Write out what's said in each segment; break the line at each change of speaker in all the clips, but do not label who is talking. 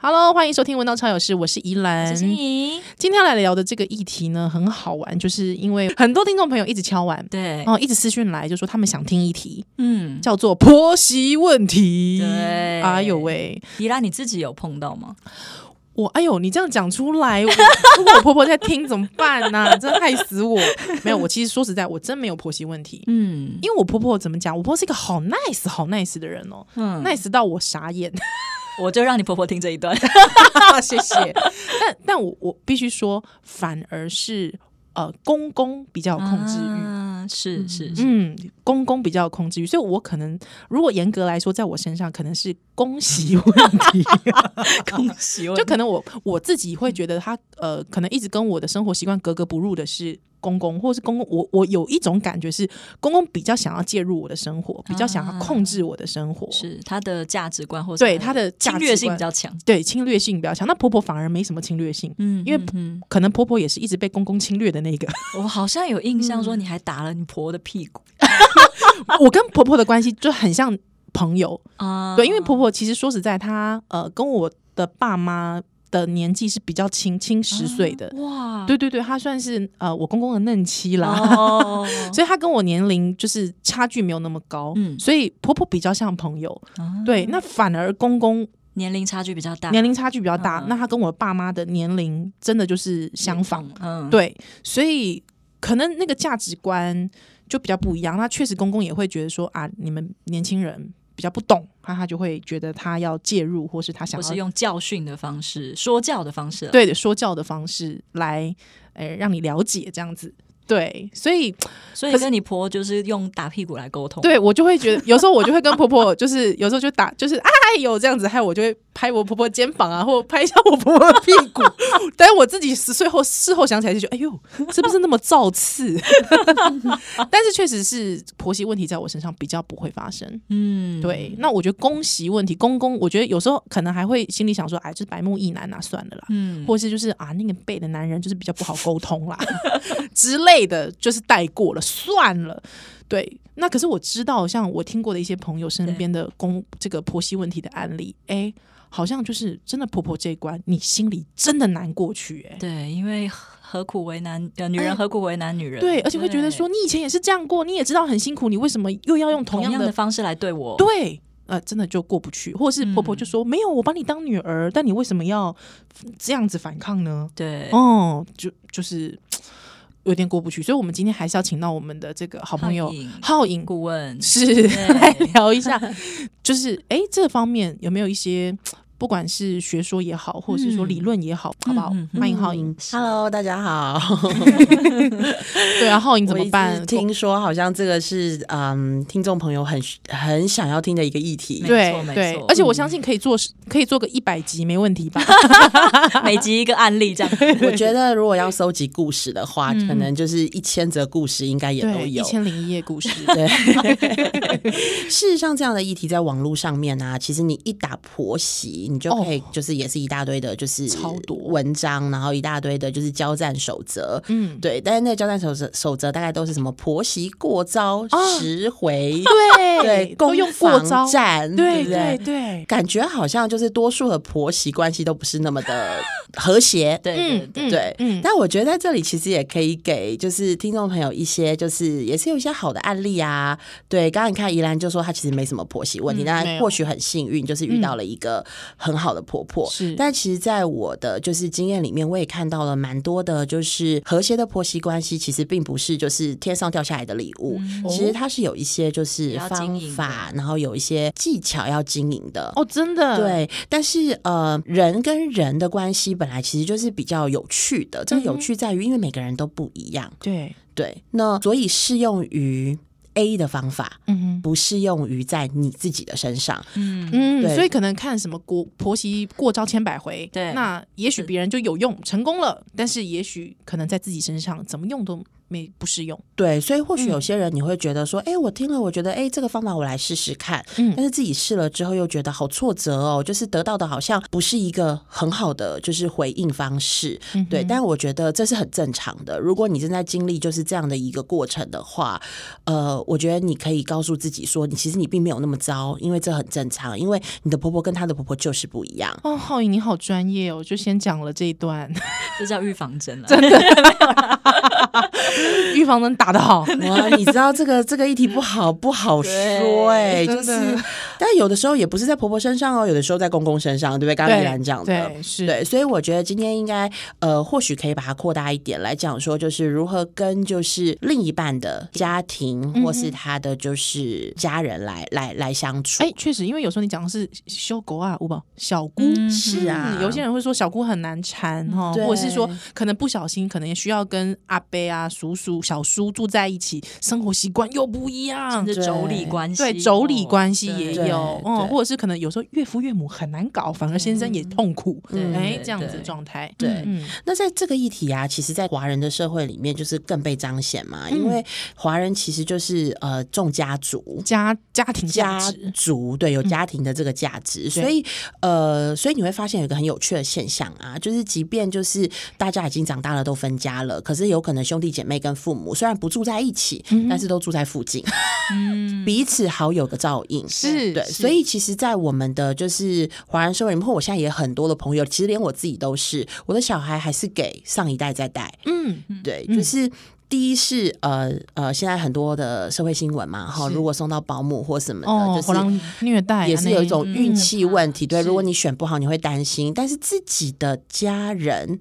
Hello，欢迎收听《文道超有事》，我是宜兰
我。是心怡，
今天要来聊的这个议题呢，很好玩，就是因为很多听众朋友一直敲完，
对，
然后一直私讯来，就说他们想听议题，
嗯，
叫做婆媳问题。
对
哎呦喂，
怡拉你自己有碰到吗？
我哎呦，你这样讲出来，我 如果我婆婆在听怎么办呢、真害死我！没有，我其实说实在，我真没有婆媳问题。
嗯
因为我婆婆怎么讲？我婆婆是一个好 nice、好 nice 的人哦、
嗯
n i c e 到我傻眼。
我就让你婆婆听这一段。
谢谢。 但但我我必须说，反而是呃公公比 较有控制欲。
啊是是是，
嗯，公公比较有控制欲，所以我可能如果严格来说，在我身上可能是公媳问题，
恭喜我，
就可能我我自己会觉得他呃，可能一直跟我的生活习惯格格不入的是公公，或是公公，我我有一种感觉是公公比较想要介入我的生活，比较想要控制我的生活，
是她的价值观或是
对
她
他的价
侵
值
略性
观
比较强。
对侵略性比较强。那婆婆反而没什么侵略性，
嗯
因为
嗯
可能婆婆也是一直被公公侵略的那一个。
嗯我好像有印象
嗯
说你还打了你婆的屁股
我跟婆婆的关系就很像朋友，
啊
对，因为婆婆其实说实在，她呃跟我的爸妈的年纪是比较轻，轻十岁的，
哇，
对对对，她算是呃我公公的嫩妻啦。
哦，
所以她跟我年龄就是差距没有那么高，
嗯
所以婆婆比较像朋友，
啊
对，那反而公公
年龄差距比较大，
年龄差距比较大，
嗯
那他跟我爸妈的年龄真的就是相仿，
嗯，
对，所以可能那个价值观就比较不一样。那确实，公公也会觉得说啊，你们年轻人比较不懂，那他就会觉得他要介入，或是他想
或是
要
用教训的方式、说教的方式啊，
对的说教的方式来，呃，让你了解这样子。对，所以
所以
可是
跟你婆就是用打屁股来沟通。，
对我就会觉得，有时候我就会跟婆婆，就是有时候就打，就是哎呦这样子，还有我就会拍我婆婆肩膀啊，或拍一下我婆婆的屁股。 但是我自己十岁后事后想起来就觉得，哎呦，是不是那么造次？ 但是确实是婆媳问题在我身上比较不会发生。
嗯，
对，那我觉得公媳问题，公公，我觉得有时候可能还会心里想说，哎，就是白目一男啊，算了啦。
嗯，
或是就是啊，那个背的男人就是比较不好沟通啦 之类的，就是带过了，算了。对，那可是我知道，像我听过的一些朋友身边的公这个婆媳问题的案例，哎，好像就是真的婆婆这一关，你心里真的难过去、哎。
对，因为何苦为难呃女人，
哎
何苦为难女人？
对，而且会觉得说，你以前也是这样过，你也知道很辛苦，你为什么又要用同
同
样
样
的
的方式来对我，
对，呃，真的就过不去，或者是婆婆
嗯
就说、没有，我把你当女儿，但你为什么要这样子反抗呢？
对，
哦，就就是有点过不去，所以我们今天还是要请到我们的这个好朋友
胖颖
浩颖
顾问
是
对
来聊一 下，就是哎、诶这方面有没有一些不管是学说也好，或者是说
嗯
理论也好，好不好
嗯？
欢迎浩颖。
Hello，大 家好。
对啊，浩颖怎
我一
么
直
办？
听说好像这个是嗯，听众朋友很很想要听的一个议题。
对
没错
对
没错，
而
嗯
且我相信可以做，可以做个一百集没问题吧？啊
每集一个案例 这样。
我觉得如果要搜集故事的话，
嗯
可能就是一千则故事应该也都
对，一
有。
千零一夜故事。
对，事实上，这样的议题在网络上面啊，其实你一打婆媳，你就可以就是也是一大堆的，就是
哦超多
文章，然后一大堆的就是交战守则。
嗯，
对，但是那个交战守则守则大概都是什么婆媳过招
啊
十回，
对
对，
都
攻
用过
防
招，
战，
对
不
对对，
感觉好像就是多数的婆媳关系都不是那么的和谐。
对对对，
嗯
对，
嗯
但我觉得在这里其实也可以给就是听众朋友一些，就是也是有一些好的案例啊。对，刚刚你看宜兰就说她其实没什么婆媳问题，
嗯
但
没有
或许很幸运，就是遇到了一个很好的婆婆。
嗯是
但其实，在我的就是经验里面，我也看到了蛮多的，就是和谐的婆媳关系，其实并不是就是天上掉下来的礼物，
嗯
其实它是有一些就是
要经
方
营的
法，然后有一些技巧要经营的。
哦，真的，
对，但是呃，人跟人的关系本来其实就是比较有趣的，这个有趣在于，因为每个人都不一样，
对，
对，那所以适用于 A 的方法。
嗯哼。
不适用于在你自己的身上，
嗯，
嗯，
对
所以可能看什么国婆媳过招千百回，
对
那也许别人就有用成功了，但是也许可能在自己身上怎么用都没不适用。
对，所以或许有些人你会觉得说，哎、我听了，我觉得，哎、这个方法我来试试看，
嗯
但是自己试了之后又觉得好挫折哦，就是得到的好像不是一个很好的就是回应方式，对，但我觉得这是很正常的。如果你正在经历就是这样的一个过程的话，呃，我觉得你可以告诉自己说，你其实你并没有那么糟，因为这很正常，因为你的婆婆跟她的婆婆就是不一样。
哦，浩颖你好专业哦，就先讲了这一 段，
这叫预防针啊了。
预防针打得好，
哇，你知道这个这个议题不好不好说哎、
嗯对
就
真
是
的，
但有的时候也不是在婆婆身上哦，有的时候在公公身上，对不对？刚刚依然讲的。
对是
对，所以我觉得今天应该，呃，或许可以把它扩大一点来讲，说就是如何跟就是另一半的家庭或是他的就是家人来来来相处。
哎，确实，因为有时候你讲的是修狗啊，五宝小姑。
嗯
是啊
嗯，有些人会说小姑很难缠哈，
对
或者是说可能不小心，可能也需要跟阿伯啊、叔叔、小叔住在一起，生活习惯又不一样，
这妯娌关系，哦
对妯娌关系也
对
哦对
有，嗯，
对嗯
或者是可能有时候岳父岳母很难搞，反而先生也痛苦，
对
哎、
对
这样子
对
的状态，
对
嗯，
那在这个议题啊，其实，在华人的社会里面，就是更被彰显嘛，因
嗯
为华人其实就是呃重家族。
家家庭价
家
值，
族对有家庭的这个价值，
嗯
所以呃，所以你会发现有一个很有趣的现象啊，就是即便就是大家已经长大了都分家了，可是有可能兄弟姐妹跟父母虽然不住在一起，
嗯
但是都住在附近， 彼此好有个照应。
是
对，
是
所以其实，在我们的就是华人社会里面，或我现在也很多的朋友，其实连我自己都是，我的小孩还是给上一代在带，
嗯，
对，就是第一是呃呃，现在很多的社会新闻嘛，哈，
是
如果送到保姆或什么的，
哦，
就
互
是。
相虐待、
也是有一种
嗯
运气问题，对，
是
如果你选不好，你会担心。但是自己的家人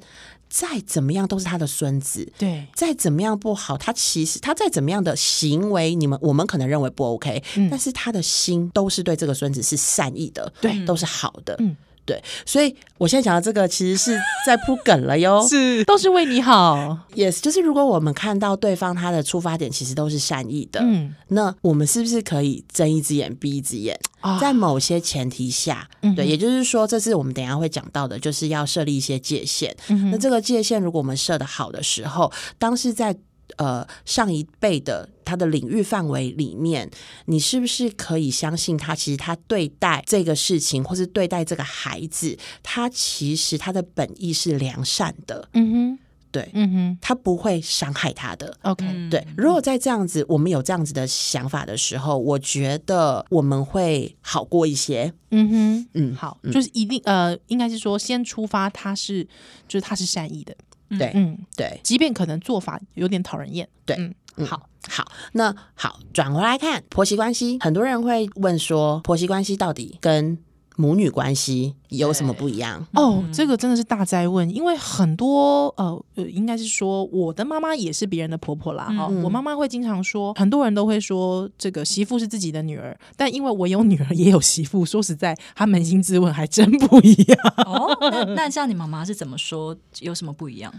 再怎么样都是他的孙子，
对，
再怎么样不好，他其实他再怎么样的行为，你们我们可能认为不 OK，、
嗯
但是他的心都是对这个孙子是善意的，
对
都是好的，
嗯
对。所以我现在讲的这个其实是在铺梗了哟，
是都是为你好，
yes，就是如果我们看到对方他的出发点其实都是善意的，
嗯
那我们是不是可以睁一只眼闭一只眼？
啊，
在某些前提下，
嗯哼
对，也就是说，这是我们等一下会讲到的，就是要设立一些界限。
嗯
那
哼
这个界限，如果我们设的好的时候，当是在呃上一辈的他的领域范围里面，你是不是可以相信他？其实他对待这个事情，或是对待这个孩子，他其实他的本意是良善的，
嗯哼，
对。
嗯哼
他不会伤害他的，
，OK，、
嗯
对，如果在这样子，我们有这样子的想法的时候，我觉得我们会好过一些。
嗯哼。
嗯，
好，就是一定呃，应该是说先出发，他是就是他是善意的，
对
嗯，
对
即便可能做法有点讨人厌，
对
嗯，好，
好，那好，转回来看婆媳关系，很多人会问说，婆媳关系到底跟母女关系有什么不一样？
哦，这个真的是大灾问，因为很多呃呃，应该是说我的妈妈也是别人的婆婆啦。哦，我妈妈会经常说，很多人都会说这个媳妇是自己的女儿，但因为我有女儿也有媳妇，说实在，她扪心自问还真不一样。
哦，那那像你妈妈是怎么说？有什么不一样？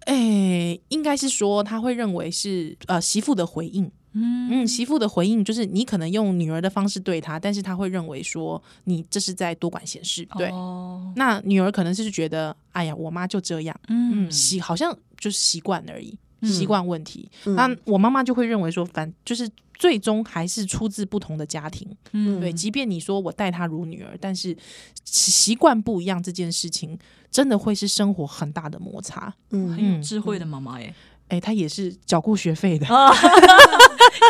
哎，应该是说她会认为是呃媳妇的回应。
嗯，
嗯，媳妇的回应就是你可能用女儿的方式对她，但是她会认为说你这是在多管闲事。对，
哦，
那女儿可能是觉得，哎呀，我妈就这样。
嗯
嗯，习好像就是习惯而已，
嗯
习惯问题。
嗯
那我妈妈就会认为说，反就是最终还是出自不同的家庭，
嗯
对。即便你说我待她如女儿，但是习习惯不一样这件事情，真的会是生活很大的摩擦。
嗯，
很有智慧的妈妈耶，
哎，她也是缴过学费
哦
的，
哦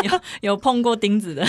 有碰过钉子的，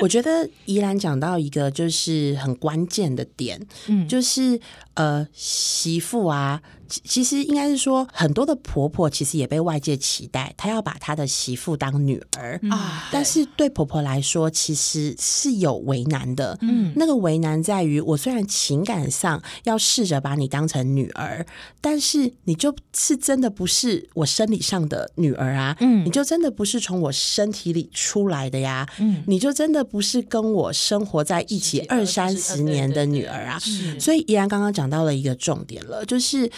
我觉得宜兰讲到一个就是很关键的点，
嗯，
就是呃，媳妇啊，其其实应该是说，很多的婆婆其实也被外界期待，她要把她的媳妇当女儿。
啊，
但是对婆婆来说，其实是有为难的。
嗯
那个为难在于，我虽然情感上要试着把你当成女儿，但是你就是真的不是我生理上的女儿啊，
嗯
你就真的不是从我身体里出来的呀，
嗯
你就真的不是跟我生活在一起
十几
二
二
呃
三
十
十年的女儿啊，
是
所以依然刚刚讲到了一个重点了，就是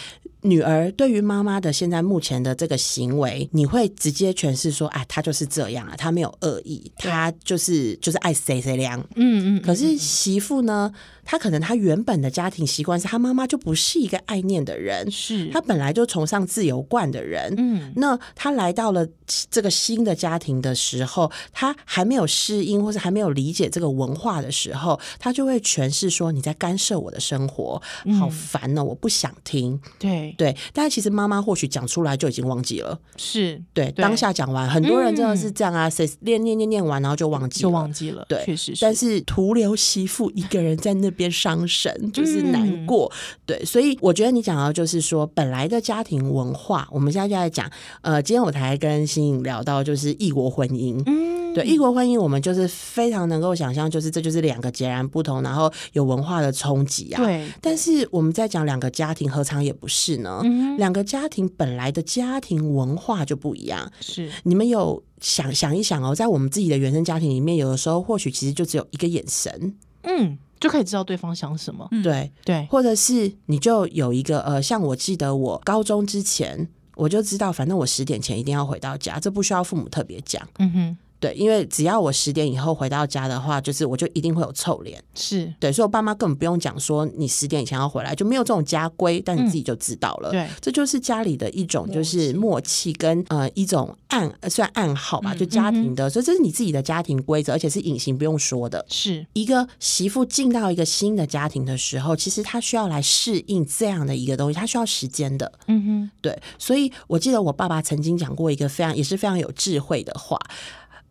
女儿对于妈妈的现在目前的这个行为，你会直接诠释说，哎，她就是这样啊，她没有恶意，她就是就是爱谁谁凉。
嗯嗯，
可是媳妇呢，她可能她原本的家庭习惯是她妈妈就不是一个爱念的人，
是
她本来就崇尚自由惯的人。
嗯，
那她来到了这个新的家庭的时候，她还没有适应或是还没有理解这个文化的时候，她就会诠释说你在干涉我的生活，
嗯
好烦哦，我不想听。
对，
对，但是其实妈妈或许讲出来就已经忘记了。
是
对，
对
当下讲完，很多人真的是
嗯
这样啊，谁念念念念完，然后就忘记了，
就忘记了，
对
确实是，
但是徒留媳妇一个人在那边 伤神，就是难过。
嗯
对，所以我觉得你讲到就是说，本来的家庭文化，我们现在就在讲，呃，今天我才跟新颖聊到就是异国婚姻。
嗯，
对异国婚姻，我们就是非常能够想象，就是这就是两个截然不同，然后有文化的冲击啊。
对，
但是我们在讲两个家庭，何尝也不是呢？
嗯
两个家庭本来的家庭文化就不一样，
是
你们有想想一想哦，在我们自己的原生家庭里面，有的时候或许其实就只有一个眼神，
嗯，就可以知道对方想什么，
嗯
对，
对，
或者是你就有一个呃，像我记得我高中之前，我就知道，反正我十点前一定要回到家，这不需要父母特别讲，
嗯哼，
对，因为只要我十点以后回到家的话，就是我就一定会有臭脸，
是
对，所以我爸妈根本不用讲说你十点以前要回来，就没有这种家规，但你自己就知道了。
对
这就是家里的一种就是默契跟呃一种暗呃算暗号吧，
嗯
就家庭的，所以这是你自己的家庭规则，而且是隐形不用说的。
是，
一个媳妇进到一个新的家庭的时候，其实她需要来适应这样的一个东西，她需要时间的。
嗯哼，
对，所以我记得我爸爸曾经讲过一个非常也是非常有智慧的话。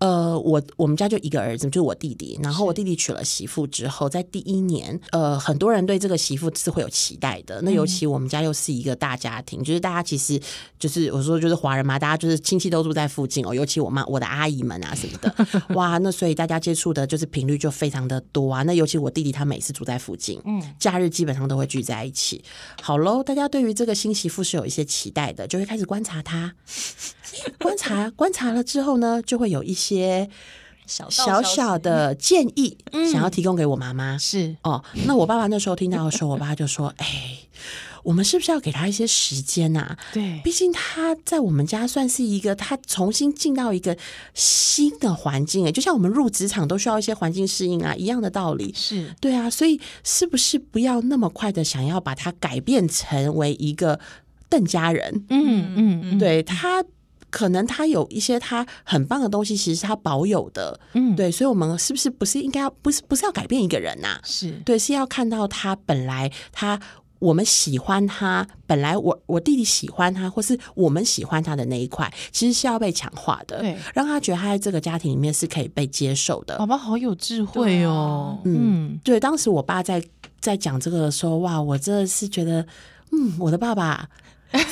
呃，我我们家就一个儿子，就是我弟弟。然后我弟弟娶了媳妇之后，在第一年，呃，很多人对这个媳妇是会有期待的。那尤其我们家又是一个大家庭，就是大家其实就是我说就是华人嘛，大家就是亲戚都住在附近哦，尤其我妈我的阿姨们啊什么的，哇，那所以大家接触的就是频率就非常的多啊。那尤其我弟弟他每次住在附近，嗯，假日基本上都会聚在一起。好喽，大家对于这个新媳妇是有一些期待的，就会开始观察她， 观察观察了之后呢，就会有一些
小
小小的建议，想要提供给我妈妈。
是
哦，那我爸爸那时候听到的时候，我爸就说：“哎、我们是不是要给她一些时间呐、
对
毕竟他在我们家算是一个，他重新进到一个新的环境，哎，就像我们入职场都需要一些环境适应啊，一样的道理。
是，
对啊，所以是不是不要那么快的想要把它改变成为一个邓家人？
嗯嗯嗯，
对他，可能他有一些他很棒的东西，其实他保有的。
嗯
对，所以我们是不是不是应该要不是不是要改变一个人呐、
是，
对，是要看到他本来他我们喜欢他，本来我我弟弟喜欢他，或是我们喜欢他的那一块，其实是要被强化的，
对，
让他觉得他在这个家庭里面是可以被接受的。
宝宝好有智慧哦，嗯
嗯，对，当时我爸在在讲这个的时候，哇，我真的是觉得，嗯，我的 爸爸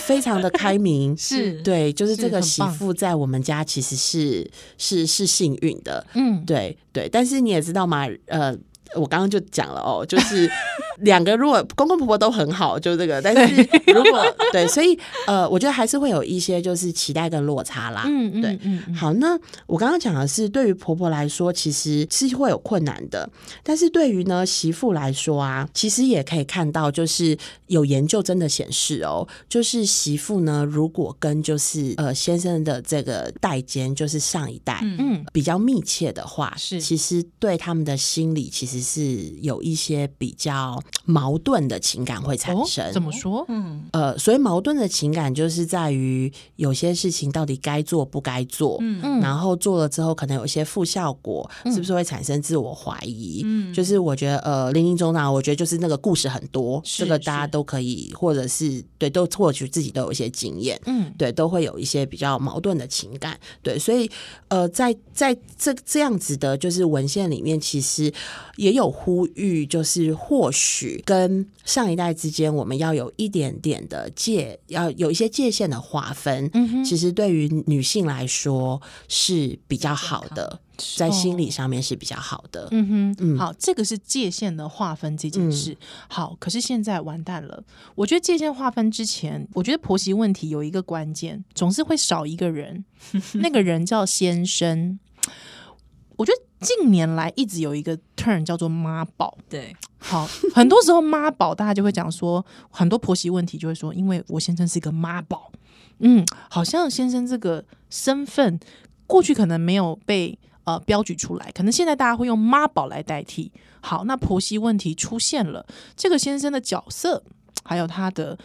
非常的开明，
是，
对，就是
是
这个
很
媳
棒
妇在我们家其实是是是幸运的，
嗯，
对对，但是你也知道嘛，呃。我刚刚就讲了哦，就是 两个如果公公婆婆都很好，就这个，但是如果对，所以呃，我觉得还是会有一些就是期待跟落差啦。
嗯嗯
对
嗯嗯，
好，那我刚刚讲的是，对于婆婆来说，其实是会有困难的。但是对于呢媳妇来说啊，其实也可以看到，就是有研究真的显示哦，就是媳妇呢，如果跟就是呃先生的这个代间，就是上一代，
嗯
嗯
比较密切的话，
是
其实对他们的心理其实是有一些比较矛盾的情感会产
哦
生。
怎么说？
嗯
呃，所以矛盾的情感就是在于有些事情到底该做不该做，
嗯
嗯，
然后做了之后可能有一些负效果，是不是会产生自我怀疑？
嗯
就是我觉得呃，林林总总，我觉得就是那个故事很多，
是
这个大家
是
都可以，或者是对都或许自己都有一些经验，
嗯，
对，都会有一些比较矛盾的情感，对，所以呃，在在这这样子的，就是文献里面，其实也有呼吁，就是或许跟上一代之间，我们要有一点点的界，要有一些界限的划分，
嗯哼
其实对于女性来说是比较好的，在心理上面是比较好的，
哦嗯哼，
嗯
好，这个是界限的划分这件事。好，可是现在完蛋了。我觉得界限划分之前，我觉得婆媳问题有一个关键，总是会少一个人，那个人叫先生。我觉得近年来一直有一个 term 叫做妈宝。
对，
好，很多时候妈宝，大家就会讲说，很多婆媳问题就会说，因为我先生是一个妈宝，嗯，好像先生这个身份过去可能没有被呃标举出来，可能现在大家会用妈宝来代替。好，那婆媳问题出现了，这个先生的角色还有他的。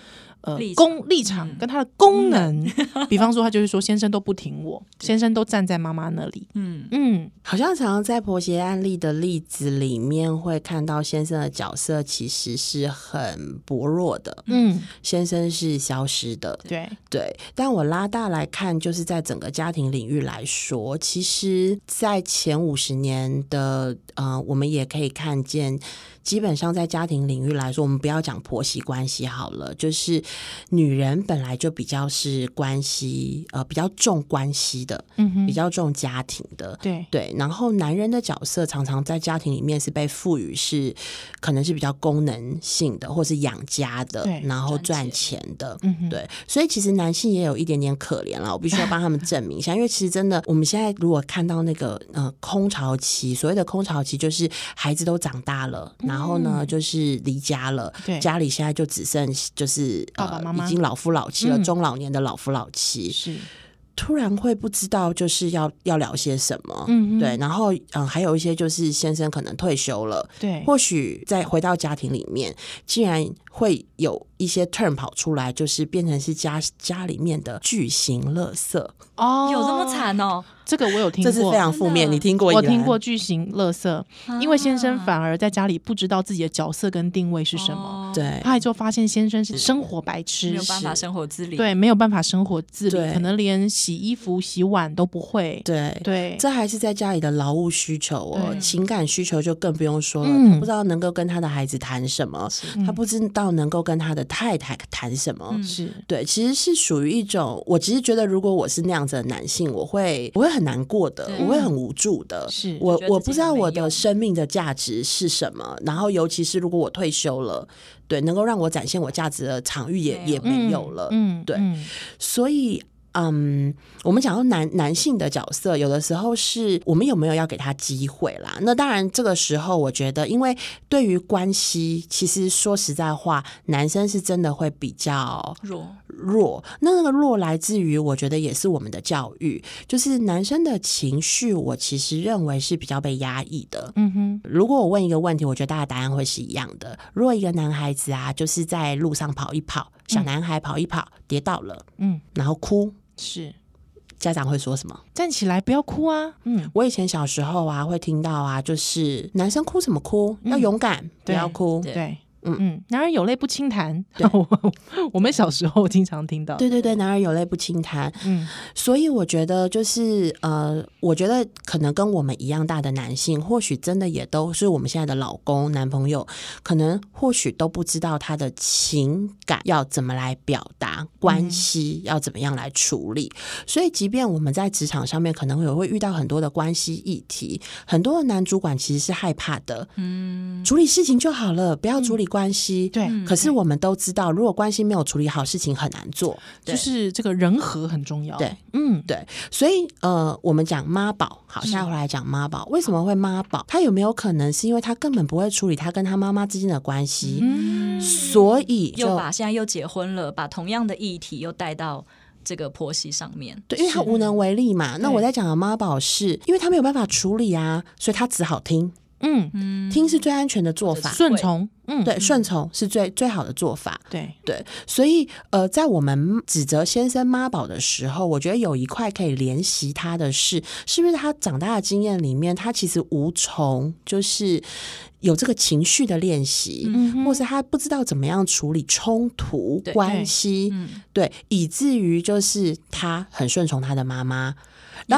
呃
立，场
功立场跟他的功能，比方说，他就是说，先生都不挺我，先生都站在妈妈那里。
嗯，
嗯，
好像常常在婆媳案例的例子里面会看到先生的角色其实是很薄弱的，
嗯，
先生是消失的，
对，
对，但我拉大来看，就是在整个家庭领域来说，其实，在前五十年的呃，我们也可以看见，基本上在家庭领域来说，我们不要讲婆媳关系好了，就是女人本来就比较是关系呃比较重关系的，
嗯哼，
比较重家庭的。
对，
对，然后男人的角色常常在家庭里面是被赋予是，可能是比较功能性的，或是养家的
对，
然后
赚
赚钱的，
嗯哼，
对，所以其实男性也有一点点可怜了，我必须要帮他们证明一下，因为其实真的，我们现在如果看到那个呃空巢期，所谓的空巢期就是孩子都长大了，然后呢就是离家了，
嗯对
家里现在就只剩就是呃
爸爸妈妈
已经老夫老妻了，
嗯
中老年的老夫老妻，
是，
突然会不知道就是要要聊些什么，
嗯哼
对，然后嗯、呃还有一些就是先生可能退休了，
对，
或许再回到家庭里面，竟然会有一些 turn 跑出来，就是变成是家家里面的巨型垃圾，
哦
有这么？惨哦？
这个我有听
这
过，
是非常负面。
真的
你听过？
我
依兰
听过。巨型垃圾，哦
啊
因为先生反而在家里不知道自己的角色跟定位是什么，
哦，
对，
后来就发现先生是生活白痴，
没有办法生活自理，，嗯
对，没有办法生活自理，
对
可能连洗衣服、洗碗都不会。
对。
对，
这还是在家里的劳务需求哦
对，
情感需求就更不用说了。
嗯
他不知道能够跟他的孩子谈什么，他不知道能够跟他的太太谈什么。
嗯
是
对，其实是属于一种，我其实觉得，如果我是那样子的男性，我会我会很难过的，
对
我会很无助的。
是
我
嗯觉得
我
自
不
己
知道
很没
我的
用
生命的价值是什么，然后尤其是如果我退休了，对，能够让我展现我价值的场域也
没有
也没有了。
嗯，
对
嗯
所以，嗯，我们讲到男男性的角色，有的时候是我们有没有要给他机会啦？那当然，这个时候我觉得，因为对于关系，其实说实在话，男生是真的会比较
弱，
弱，那那个弱来自于我觉得也是我们的教育，就是男生的情绪，我其实认为是比较被压抑的。
嗯哼，
如果我问一个问题，我觉得大家答案会是一样的。如果一个男孩子啊，就是在路上跑一跑，小男孩跑一跑，跌倒了，
嗯
然后哭，
是
家长会说什么？
站起来，不要哭啊，嗯
我以前小时候啊，会听到啊，就是男生哭什么哭，要
嗯
勇敢，不
对
要哭。
对
对。
嗯
嗯，男人有泪不轻弹，
对
我 我们小时候经常听到。
对对对，男儿有泪不轻弹。
嗯，
所以我觉得就是呃，我觉得可能跟我们一样大的男性，或许真的也都是我们现在的老公、男朋友，可能或许都不知道他的情感要怎么来表达，关
嗯
系要怎么样来处理。所以，即便我们在职场上面可能也会遇到很多的关系议题，很多的男主管其实是害怕的，
嗯，
处理事情就好了，不要处理关系。
对，
嗯
可是我们都知道，如果关系没有处理好，事情很难做。
对
就是这个人和很重要。
对，
嗯，
所以呃，我们讲妈宝，好，下回来讲妈宝，为什么会妈宝？他有没有可能是因为他根本不会处理他跟他妈妈之间的关系，
嗯
所以
嗯又
嗯就
把现在又结婚了，把同样的议题又带到这个婆媳上面，
对，因为他无能为力嘛。那我在讲的妈宝是因为他没有办法处理啊，所以他只好听，
嗯，
嗯，
听是最安全的做法
反。
顺
馈
从，嗯，
对，顺从是最最好的做法。
对，
对，所以呃，在我们指责先生妈宝的时候，我觉得有一块可以怜惜他的是，是不是他长大的经验里面，他其实无从就是有这个情绪的练习，
嗯
或是他不知道怎么样处理冲突
对
关系，
嗯，
对，以至于就是他很顺从他的妈妈然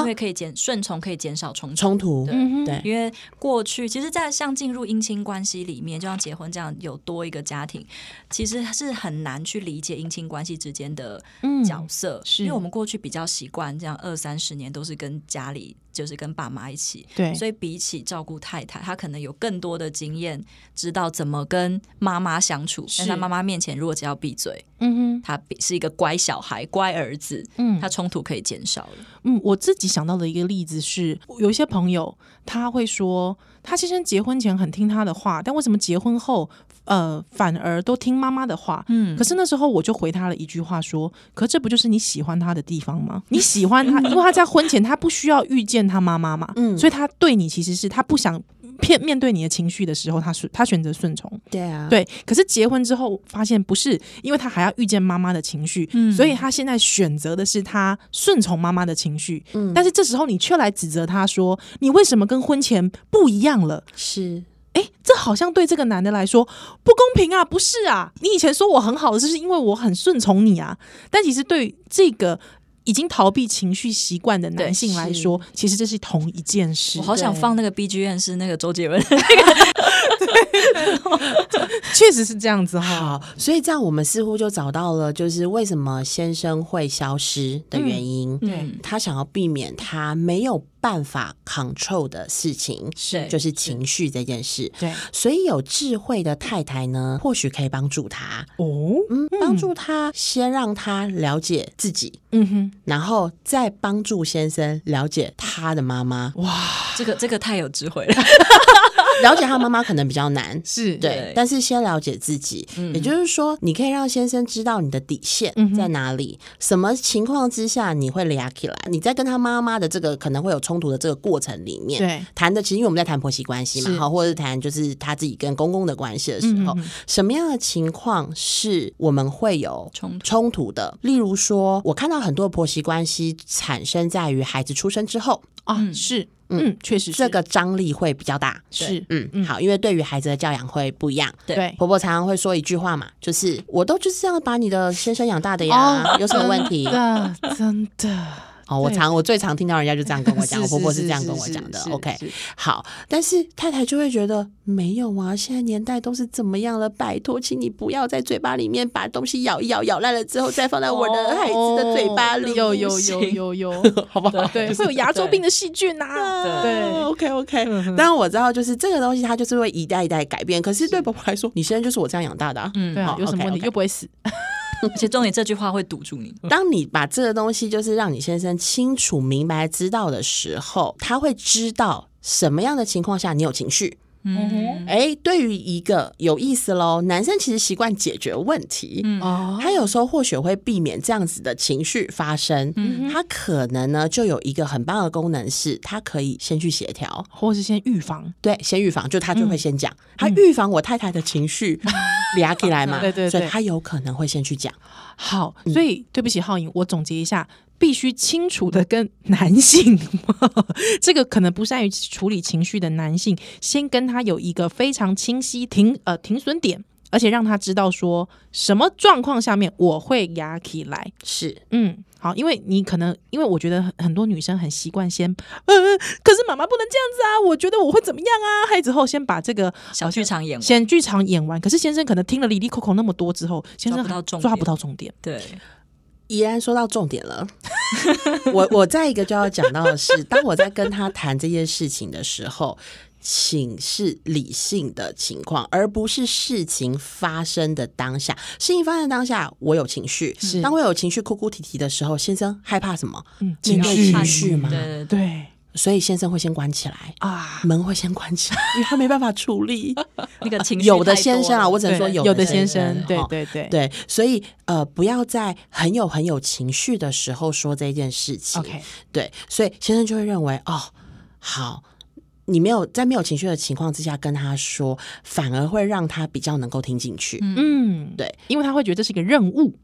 因
后
为可以减顺从，可以减少冲突。
冲突，
对
嗯哼，
对，
因为过去其实，在像进入姻亲关系里面，就像结婚这样有多一个家庭，其实是很难去理解姻亲关系之间的
嗯
角色，
是
因为我们过去比较习惯这样二三十年都是跟家里，就是跟爸妈一起。
对，
所以，比起照顾太太，她可能有更多的经验，知道怎么跟妈妈相处。
是
但在妈妈面前，如果只要闭嘴，
嗯哼，
她比是一个乖小孩、乖儿子，
嗯
她冲突可以减少了。
嗯，我自己想到的一个例子是，有一些朋友他会说，她先生结婚前很听她的话，但为什么结婚后，呃，反而都听妈妈的话？
嗯
可是那时候我就回他了一句话说：“可这不就是你喜欢他的地方吗？你喜欢他，因为他在婚前他不需要遇见他妈妈嘛，
嗯
所以他对你其实是他不想骗面对你的情绪的时候，他是他选择顺从。
对啊，
对，可是结婚之后发现不是，因为他还要遇见妈妈的情绪，
嗯
所以他现在选择的是他顺从妈妈的情绪。
嗯
但是这时候你却来指责他说：“你为什么跟婚前不一样了？”
是，
哎，这好像对这个男的来说不公平啊！不是啊，你以前说我很好的，就是因为我很顺从你啊。但其实对于这个已经逃避情绪习惯的男性来说，其实这是同一件事
我。好想放那个 B G M 是那个周杰伦，
确实是这样子哈、
好，所以这样我们似乎就找到了，就是为什么先生会消失的原因。
嗯，
他想要避免他没有办法 control 的事情，
是
就是情绪这件事。
对
所以有智慧的太太呢，或许可以帮助他，
哦，
嗯，帮助他先让他了解自己，
嗯哼，
然后再帮助先生了解他的妈妈。
这个这个太有智慧了，
了解他妈妈可能比较难，
是
对
对，
但是先了解自己，也就是说，你可以让先生知道你的底线在哪里，什么情况之下你会俩起来。你在跟他妈妈的这个可能会有冲突的这个过程里面，
对
谈的其实因为我们在谈婆媳关系嘛，
是
好，或者谈就是他自己跟公公的关系的时候，什么样的情况是我们会有
冲突
冲突的？例如说，我看到很多婆媳关系产生在于孩子出生之后，
啊，
嗯
是嗯，确实是
这个张力会比较大。
是
嗯，好，因为对于孩子的教养会不一样。
对
对
婆婆常常会说一句话嘛，就是我都就是这样把你的先生养大的呀，啊 有什么问题？
哦的真的，
哦，我常我最常听到人家就这样跟我讲， 我
是
婆婆是
是
这样跟
是
我
是
讲的
是。
OK，
是
好，但是太太就会觉得没有啊，现在年代都是怎么样了？拜托，请你不要在嘴巴里面把东西咬一咬，咬烂了之后再放在我的 孩子的嘴巴里，
哦有哦有
不行
有有 有，
好不好？
对，会有牙周病的细菌呐，对。 嗯
，OK OK，当然我知道，就是这个东西它就是会一代一代改变。可是对婆婆来说，你现在就是我这样养大的、啊，
嗯
对啊
好，
有什么问题
OK，OK
又不会死？
而且重点这句话会堵住你，
当你把这个东西就是让你先生清楚明白知道的时候，他会知道什么样的情况下你有情绪。
嗯，
哎，对于一个有意思喽，男生其实习惯解决问题。
嗯
哦
他有时候或许会避免这样子的情绪发生，
嗯
他可能呢就有一个很棒的功能是，他可以先去协调，
或是先预防，
对，先预防，就他就会先讲，他预防我太太的情绪俩起来嘛，
对对对
所以他有可能会先去讲，
好，
嗯
所以对不起，浩颖，我总结一下，必须清楚的跟男性， 这个可能不善于处理情绪的男性，先跟他有一个非常清晰停呃停损点，而且让他知道说什么状况下面我会压起来。
是
嗯，好，因为你可能因为我觉得很很多女生很习惯先，呃，可是妈妈不能这样子啊，我觉得我会怎么样啊，孩子后先把这个
小剧场演完，
先剧场演完，可是先生可能听了李丽扣扣那么多之后，先生
抓不到重点
抓不到重点。
对，
怡然说到重点了， 我我再一个就要讲到 的是，当我在跟他谈这件事情的时候，请是理性的情况，而不是事情发生的当下。事情发生的当下，我有情绪，
是
当我有情绪哭哭啼啼的时候，先生害怕什么？
嗯，
情绪
面对
情绪嘛
对对对，
对
所以先生会先关起来，
啊，
门会先关 起来，因为他没办法处理。
那个情绪
有的
太多
先生啊，
了
我只能说
对
有
有
的
先
生
生，，对
哈
对对
对，所以呃，不要在很有很有情绪的时候说这件事情。
，OK，
对，所以先生就会认为哦，好，你没有在没有情绪的情况之下跟他说，反而会让他比较能够听进去。
嗯，
对，
因为他会觉得这是一个任务，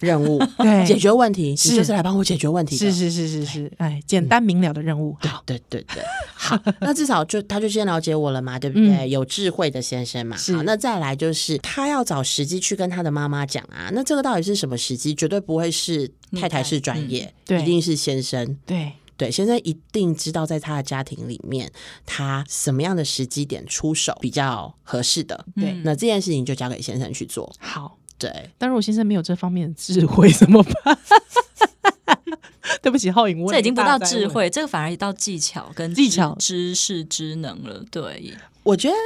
任务
对
解决问题，
是
你就是来帮我解决问题的。
是是是是是，哎，简单明了的任务，好，
对对对， 好，那至少就他就先了解我了嘛，对不对？有智慧的先生嘛，
嗯是
好，那再来就是他要找时机去跟他的妈妈讲啊，那这个到底是什么时机？绝对不会是
你
太太
带
是专
嗯
业，
对
一定是先生，
对，
对，先生一定知道在他的家庭里面，他什么样的时机点出手比较合适的。
对
嗯
那这件事情就交给先生去做。
好。
对，
但如果先生没有这方面的智慧怎么办？ 对不起，浩影，我
这已经不到
大灾
智
问，嗯
慧，这个反而到技巧跟
技
知
巧
知识、知能了。对，
我觉得。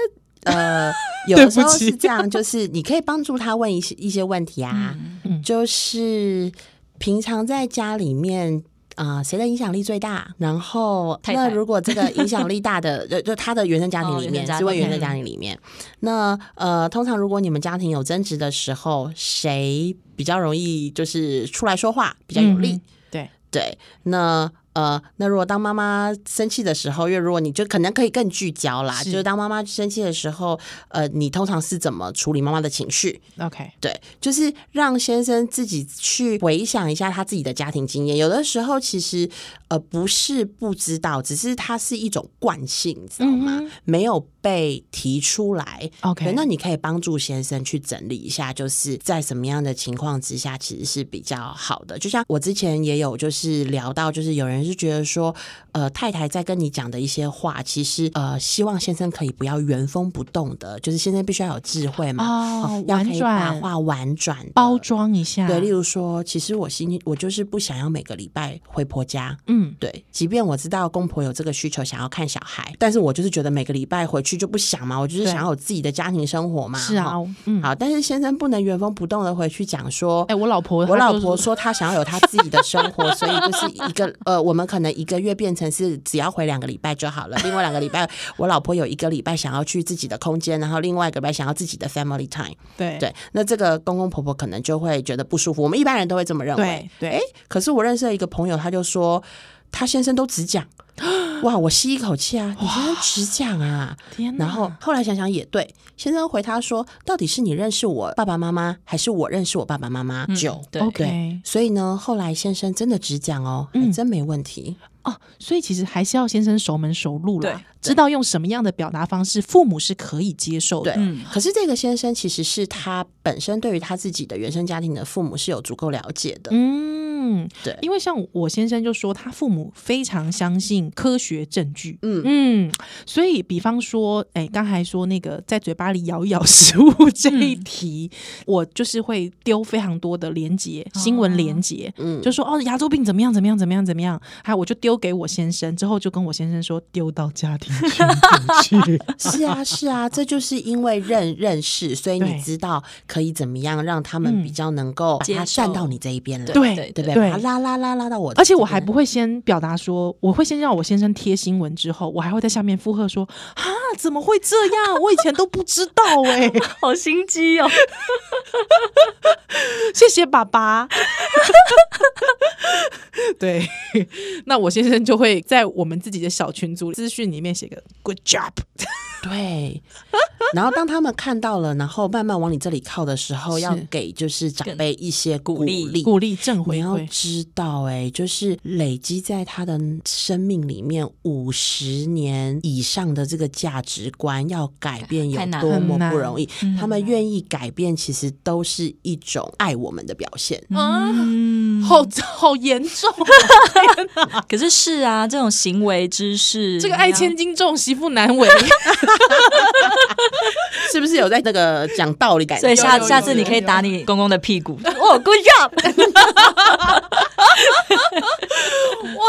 呃，有的时
对
候
不起
是这样，就是你可以帮助他问一些一些问题啊，
嗯
嗯
就是平常在家里面呃谁的影响力最大，然后
太
那
太
如果这个影响力大的，就就他的原生家庭
哦
里
原
面，
生家
是位
庭
原生家庭里面，那呃通常如果你们家庭有争执的时候，谁比较容易就是出来说话比较有力？
嗯对，
对，那呃，那如果当妈妈生气的时候，因为如果你就可能可以更聚焦啦，
是
就是当妈妈生气的时候，呃，你通常是怎么处理妈妈的情绪？
OK，
对，就是让先生自己去回想一下他自己的家庭经验。有的时候其实呃不是不知道，只是它是一种惯性，你知道吗？没有被提出来。
嗯 OK
嗯对那你可以帮助先生去整理一下，就是在什么样的情况之下其实是比较好的。就像我之前也有就是聊到，就是有人是觉得说，呃，太太在跟你讲的一些话，其实呃希望先生可以不要原封不动的，就是先生必须要有智慧嘛，
哦
要可
婉
以把
转
话婉转地
包。装啊一下，
对，例如说，其实我心我就是不想要每个礼拜回婆家，
嗯，
对，即便我知道公婆有这个需求，想要看小孩，但是我就是觉得每个礼拜回去就不想嘛，我就是
对
想要有自己的家庭生活嘛。
是啊
齁，
嗯，
好，但是先生不能原封不动的回去讲说，
哎，我老婆，
我
她
老
就是
婆说她想要有她自己的生活，所以就是一个呃，我们可能一个月变成是只要回两个礼拜就好了，另外两个礼拜我老婆有一个礼拜想要去自己的空间，然后另外一个礼拜想要自己的 family time。
对
对，那这个公公婆婆可能就会觉得不舒服。我们一般人都会这么认为
对。对
诶可是我认识了一个朋友，他就说他先生都只 讲，哇，我吸一口气啊，你先生只讲啊。
天哪，
然后后来想想也对，先生回他说，到底是你认识我爸爸妈妈，还是我认识我爸爸妈妈？久、
对
嗯 OK 嗯
所以呢，后来先生真的只讲哦，还真没问题。
哦，所以其实还是要先生熟门熟路
对
啦，知道用什么样的表达方式，父母是可以接受的。
对，可是这个先生其实是他本身对于他自己的原生家庭的父母是有足够了解的。
嗯，
对
因为像我先生就说，他父母非常相信科学证据。
嗯
嗯嗯，所以比方说，哎、刚才说那个在嘴巴里咬一咬食物这一题，我就是会丢非常多的连结，新闻连结，
嗯
就说哦，牙周病怎么样怎么样怎么样怎么样，还有我就丢给我先生，之后就跟我先生说丢到家庭群组去。
是 啊，是啊，这就是因为认认识，所以你
对嗯
知道可以怎么样让他们比较能够把
接
他站
受
到你这一边来，
对
对
对不对？
对
把他拉拉拉拉到我这边来，
而且我还不会先表达说，我会先让我先生贴新闻，之后我还会在下面附和说：“啊，怎么会这样？我以前都不知道哎、
好心机哦。
谢谢爸爸。 对，那我先生就会在我们自己的小群组资讯里面写个 “good job”，
对。然后当他们看到了，然后慢慢往你这里靠的时候，要
是
给就是长
更
辈一些鼓
励
励。
鼓励正
你
回
要
馈。
知道、哎，就是累积在他的生命里面五十年以上的这个价值观要改变有
太难
多
了
么
很
不
难
容易。他们愿意改变，其实都是一种爱我们的表现。
嗯，
好好严 重，
可是是啊，这种行为知识，
这个爱千金重，媳妇难 为。
是不是有在那个讲道理感觉？
所以下
有有
下次你可以打你公公的 屁股。哦，good job！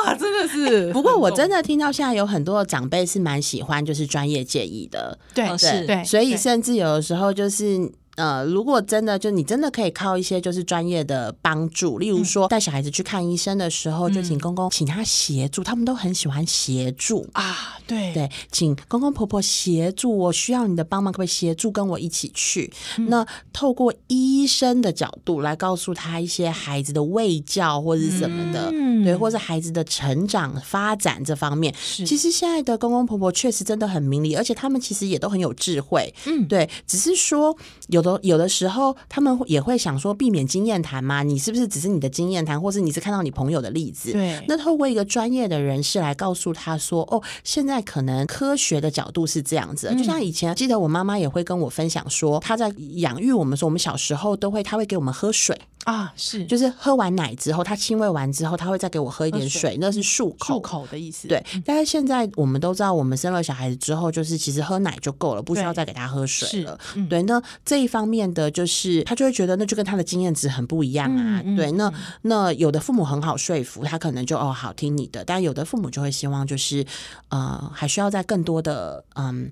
哇，真的是，
不过我真的听到现在有很多的长辈是蛮喜欢就是专业建议的，
对
哦
对
是
对，
所以
对
甚至有的时候就是。呃，如果真的就你真的可以靠一些就是专业的帮
嗯
助，例如说带小孩子去看医生的时候，就请公公请他协助，他们都很喜欢协助。
啊，对
对，请公公婆婆协助，我需要你的帮忙，可不可以协助跟我一起去？那透过医生的角度来告诉他一些孩子的卫教或者什么的，
嗯
对，或是孩子的成长发展这方面。
是
其实现在的公公婆婆确实真的很明理，而且他们其实也都很有智慧。
嗯
对，只是说有的有的时候他们也会想说避免经验谈嘛，你是不是只是你的经验谈，或是你是看到你朋友的例子？
对
那透过一个专业的人士来告诉他说，哦，现在可能科学的角度是这样子的，就
嗯
像以前记得我妈妈也会跟我分享说，她在养育我们说，我们小时候都会，她会给我们喝水，
啊，是
就是喝完奶之后，她亲喂完之后，她会再给我喝一点水，那是漱
嗯
口。
漱口嗯的意思。
对，但是现在我们都知道，我们生了小孩子之后，就是其实喝奶就够了，不需要
对
再给他喝水
是
了。
嗯
对，那这一方面的就是他就会觉得那就跟他的经验值很不一样啊。
嗯嗯
对，那那有的父母很好说服，他可能就哦好听你的，但有的父母就会希望就是呃还需要在更多的嗯。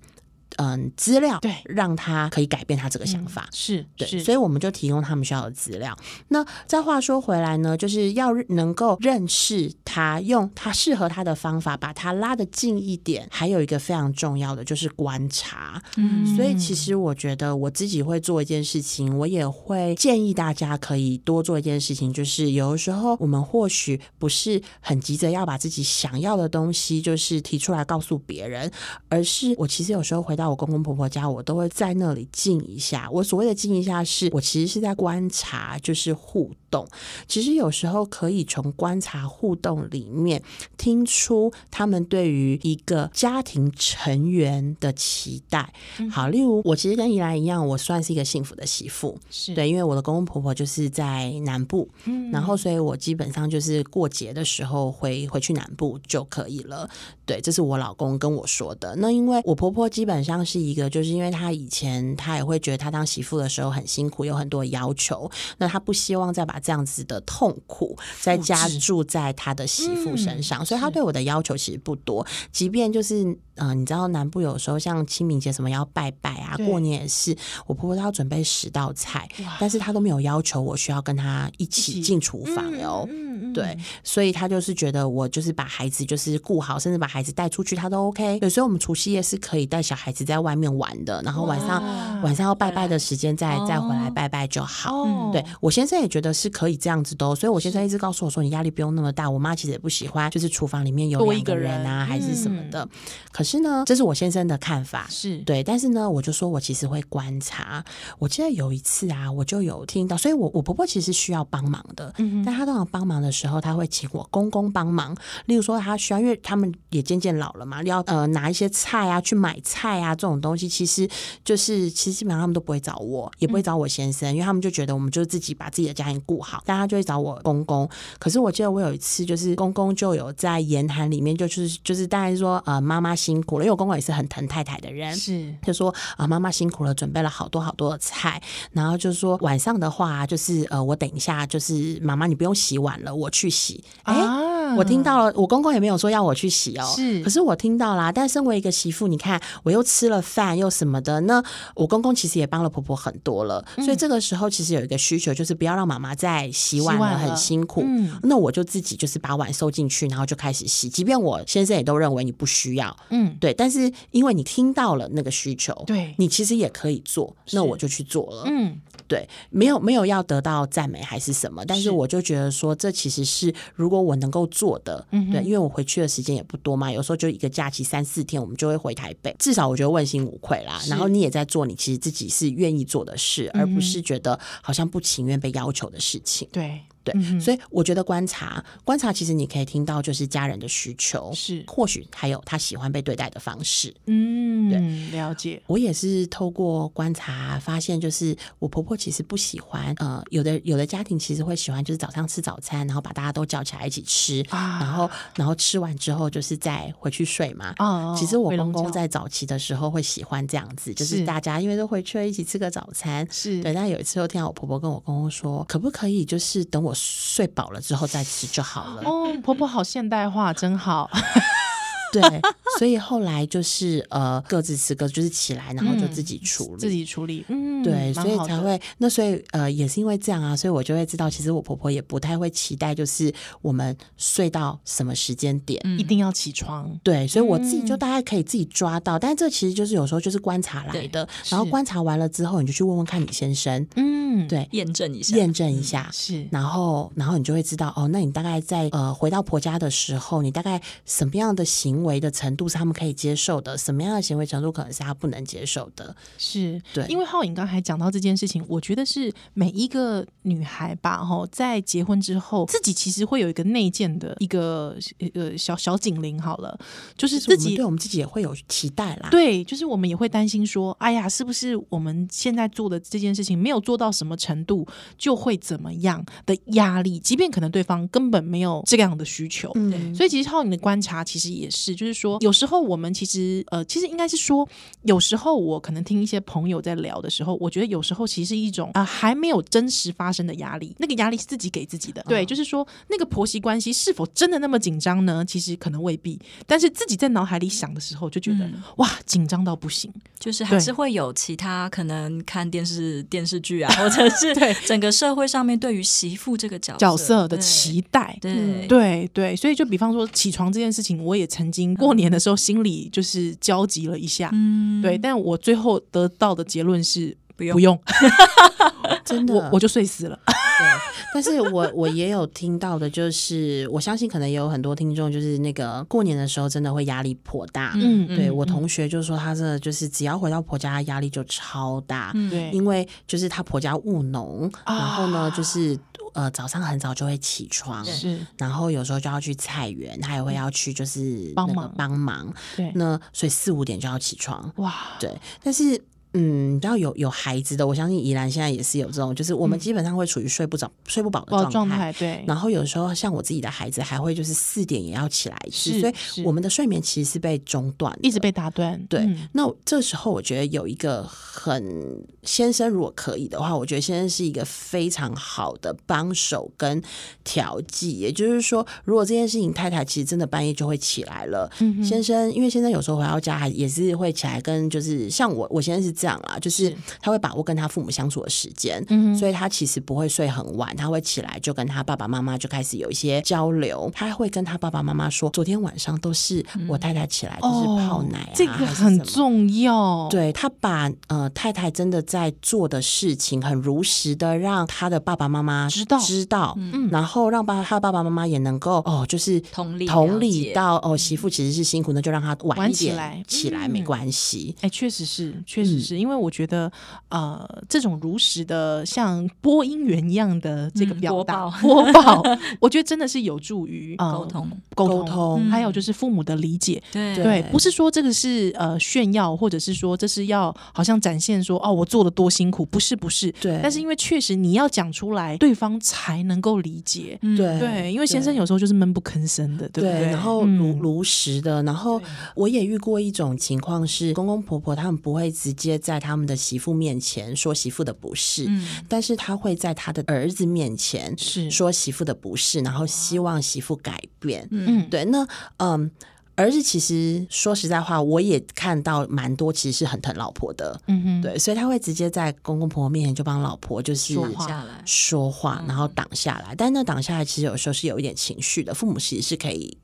嗯资料，
对
让他可以改变他这个想法。
嗯是
对，
是，
所以我们就提供他们需要的资料。那再话说回来呢，就是要能够认识他，用他适合他的方法把他拉得近一点。还有一个非常重要的就是观察。
嗯
所以其实我觉得我自己会做一件事情，我也会建议大家可以多做一件事情，就是有的时候我们或许不是很急着要把自己想要的东西就是提出来告诉别人，而是我其实有时候回到我公公婆婆家，我都会在那里静一下。我所谓的静一下是，我其实是在观察，就是互动。其实有时候可以从观察互动里面听出他们对于一个家庭成员的期待。好，例如我其实跟怡兰一样，我算是一个幸福的媳妇，
是
对，因为我的公公婆婆就是在南部，
嗯
然后所以我基本上就是过节的时候回回去南部就可以了。对，这是我老公跟我说的。那因为我婆婆基本上是一个，就是因为她以前她也会觉得她当媳妇的时候很辛苦，有很多要求，那她不希望再把这样子的痛苦再
复
加
制
注在她的媳妇身
嗯
上，所以她
是
对我的要求其实不多。即便就是呃，你知道南部有时候像清明节什么要拜拜啊，
对
过年也是，我婆婆都要准备十道菜，但是她都没有要求我需要跟她一起
起
进厨房哦。
嗯嗯嗯
对，所以她就是觉得我就是把孩子就是顾好，甚至把孩子带出去，她都 OK。对，所以我们除夕夜是可以带小孩子在外面玩的，然后晚上
哇
晚上要拜拜的时间再
哦
再回来拜拜就好。
哦，
对我先生也觉得是可以这样子的、哦，所以我先生一直告诉我说，你压力不用那么大。我妈其实也不喜欢，就是厨房里面有
多
两
一个
人啊，
人嗯
还是什么的。可是呢，这是我先生的看法。
是，
对，但是呢，我就说我其实会观察。我记得有一次啊，我就有听到，所以我我婆婆其实需要帮忙的，
嗯
但她通常帮忙的时候，她会请我公公帮忙。例如说，她需要，因为他们也渐渐老了嘛，要呃拿一些菜啊，去买菜啊这种东西，其实就是其实基本上他们都不会找我，也不
嗯
会找我先生，因为他们就觉得我们就自己把自己的家庭顾好，大家就会找我公公。可是我记得我有一次，就是公公就有在言谈里面，就是就是当然说呃妈妈辛苦了，因为我公公也是很疼太太的人，
是
就说啊，妈妈辛苦了，准备了好多好多的菜，然后就说晚上的话，就是呃，我等一下，就是呃妈妈你不用洗碗了，我去洗。哎、
啊
我听到了，我公公也没有说要我去洗哦，
是
可是我听到啦。但身为一个媳妇，你看我又吃了饭又什么的，那我公公其实也帮了婆婆很多了，
嗯
所以这个时候其实有一个需求，就是不要让妈妈再洗碗
洗
了，
碗
很
了
辛苦。
嗯
那我就自己就是把碗收进去，然后就开始洗。即便我先生也都认为你不需要，
嗯，
对，但是因为你听到了那个需求，
对
你其实也可以做，那
是
我就去做了。
嗯
对，没有没有要得到赞美还是什么，但是
是
我就觉得说，这其实是如果我能够做的，
嗯
对，
哼
因为我回去的时间也不多嘛，有时候就一个假期三四天，我们就会回台北，至少我觉得问心无愧啦。
是
然后你也在做你其实自己是愿意做的事，而
嗯哼
不是觉得好像不情愿被要求的事情。
对
对，
嗯哼
所以我觉得观察观察，其实你可以听到就是家人的需求，
是
或许还有他喜欢被对待的方式。
嗯，了解
我也是透过观察发现，就是我婆婆其实不喜欢，呃，有的有的家庭其实会喜欢，就是早上吃早餐，然后把大家都叫起来一起吃，
啊
然后然后吃完之后就是再回去睡嘛。
哦
其实我
回笼
公公
觉
在早期的时候会喜欢这样子，就是
是
大家因为都回去了一起吃个早餐。
是
对，但有一次又听到我婆婆跟我公公说，可不可以就是等我睡饱了之后再吃就好了。
哦，婆婆好现代化，真好。
对，所以后来就是呃各自吃各自就是起来，然后就自己处理，
嗯自己处理，嗯，
对，
蛮
所以
好
才
的
会那所以呃，也是因为这样啊，所以我就会知道，其实我婆婆也不太会期待，就是我们睡到什么时间点。
一定要起床，
对，所以我自己
嗯
就大概可以自己抓到，但这其实就是有时候就是观察来
对
的，然后
是
观察完了之后，你就去问问看你先生，
嗯，
对，
验证一下，
验证一下，
是
然后，然后你就会知道哦，那你大概在呃回到婆家的时候，你大概什么样的行为的程度是他们可以接受的，什么样的行为程度可能是他不能接受的。
是，
对
因为浩颖刚才讲到这件事情，我觉得是每一个女孩吧，哈，在结婚之后，自己其实会有一个内建的一个呃小小警铃，好了，就是
就是
自
我们
己
对我们自己也会有期待啦。
对，就是我们也会担心说，哎呀，是不是我们现在做的这件事情没有做到什么程度，就会怎么样的压力？即便可能对方根本没有这样的需求，
嗯，
所以其实靠你的观察，其实也是是，就是说有时候我们其实呃，其实应该是说，有时候我可能听一些朋友在聊的时候，我觉得有时候其实是一种啊、呃还没有真实发生的压力，那个压力是自己给自己的。
嗯
对，就是说那个婆媳关系是否真的那么紧张呢？其实可能未必，但是自己在脑海里想的时候就觉得、
嗯
哇，紧张到不行。
就是还是
对
会有其他可能看电视电视剧啊，或者是
对
整个社会上面对于媳妇这个角
角色的
对
期待，
对、
对对，所以就比方说起床这件事情，我也曾经过年的时候心里就是焦急了一下，
嗯
对，但我最后得到的结论是
不用
不用，
真的，
我我就睡死了。
对，但是我我也有听到的，就是我相信可能也有很多听众，就是那个过年的时候真的会压力颇大。
嗯
对我同学就说，她真的就是只要回到婆家，压力就超大，
嗯
对
因为就是她婆家务农，
啊
然后呢就是。呃，早上很早就会起床，
是，
然后有时候就要去菜园，她也会要去就是
帮
那个
忙
帮忙。
对，
那所以四五点就要起床，
哇，
对，但是。嗯，你知道有有孩子的，我相信宜兰现在也是有这种，就是我们基本上会处于睡不着、睡不饱
不知道
的
嗯哦状
状
态
态。
对，
然后有时候像我自己的孩子，还会就是四点也要起来一次
是
所
是
以我们的睡眠其实是被中断的，
一直被打断，
对。
嗯
那我这时候我觉得有一个很先生，如果可以的话，我觉得先生是一个非常好的帮手跟调剂。也就是说，如果这件事情太太其实真的半夜就会起来了，
嗯
先生，因为先生有时候回到家还也是会起来跟就是像我，我先生是这样啦，就是
是
他会把握跟他父母相处的时间，
嗯
所以他其实不会睡很晚，他会起来就跟他爸爸妈妈就开始有一些交流，他会跟他爸爸妈妈说，昨天晚上都是我太太起来就是泡奶啊，
嗯哦这个
还是
很
什么。
重要，，
对他把呃太太真的在做的事情很如实的让他的爸爸妈妈
知道
知道，
嗯
然后让爸他的爸爸妈妈也能够哦，就是
同理
同
了
理
解
到哦，媳妇其实是辛苦，那就让她晚
晚
一
起
点
来
起来
嗯
没关系。
哎，确实是，确
嗯
实是，因为我觉得，呃，这种如实的像播音员一样的这个
嗯
表
播
达、
报
播报， 我觉得真的是有助于、呃
沟通、
沟
沟
通，
通嗯
还有就是父母的理解。
对
对
对，不是说这个是呃炫耀，或者是说这是要好像展现说哦我做的多辛苦，不是不是。
对
但是因为确实你要讲出来，对方才能够理解。
嗯
对
对，因为先生有时候就是闷不吭声的，对不对？
然后
嗯
如如实的，然后我也遇过一种情况是，公公婆婆他们不会直接在他们的媳妇面前说媳妇的不是，
嗯
但是他会在他的儿子面前
是哦
说媳妇的不是，然后希望媳妇改变。
嗯
对，那嗯。儿子其实说实在话，我也看到蛮多，其实是很疼老婆的，
嗯哼，
对，所以他会直接在公公婆婆面前就帮老婆就是
说话
下来
说
嗯
话，然后挡下来。但那挡下来其实有时候是有一点情绪的，父母其实是可以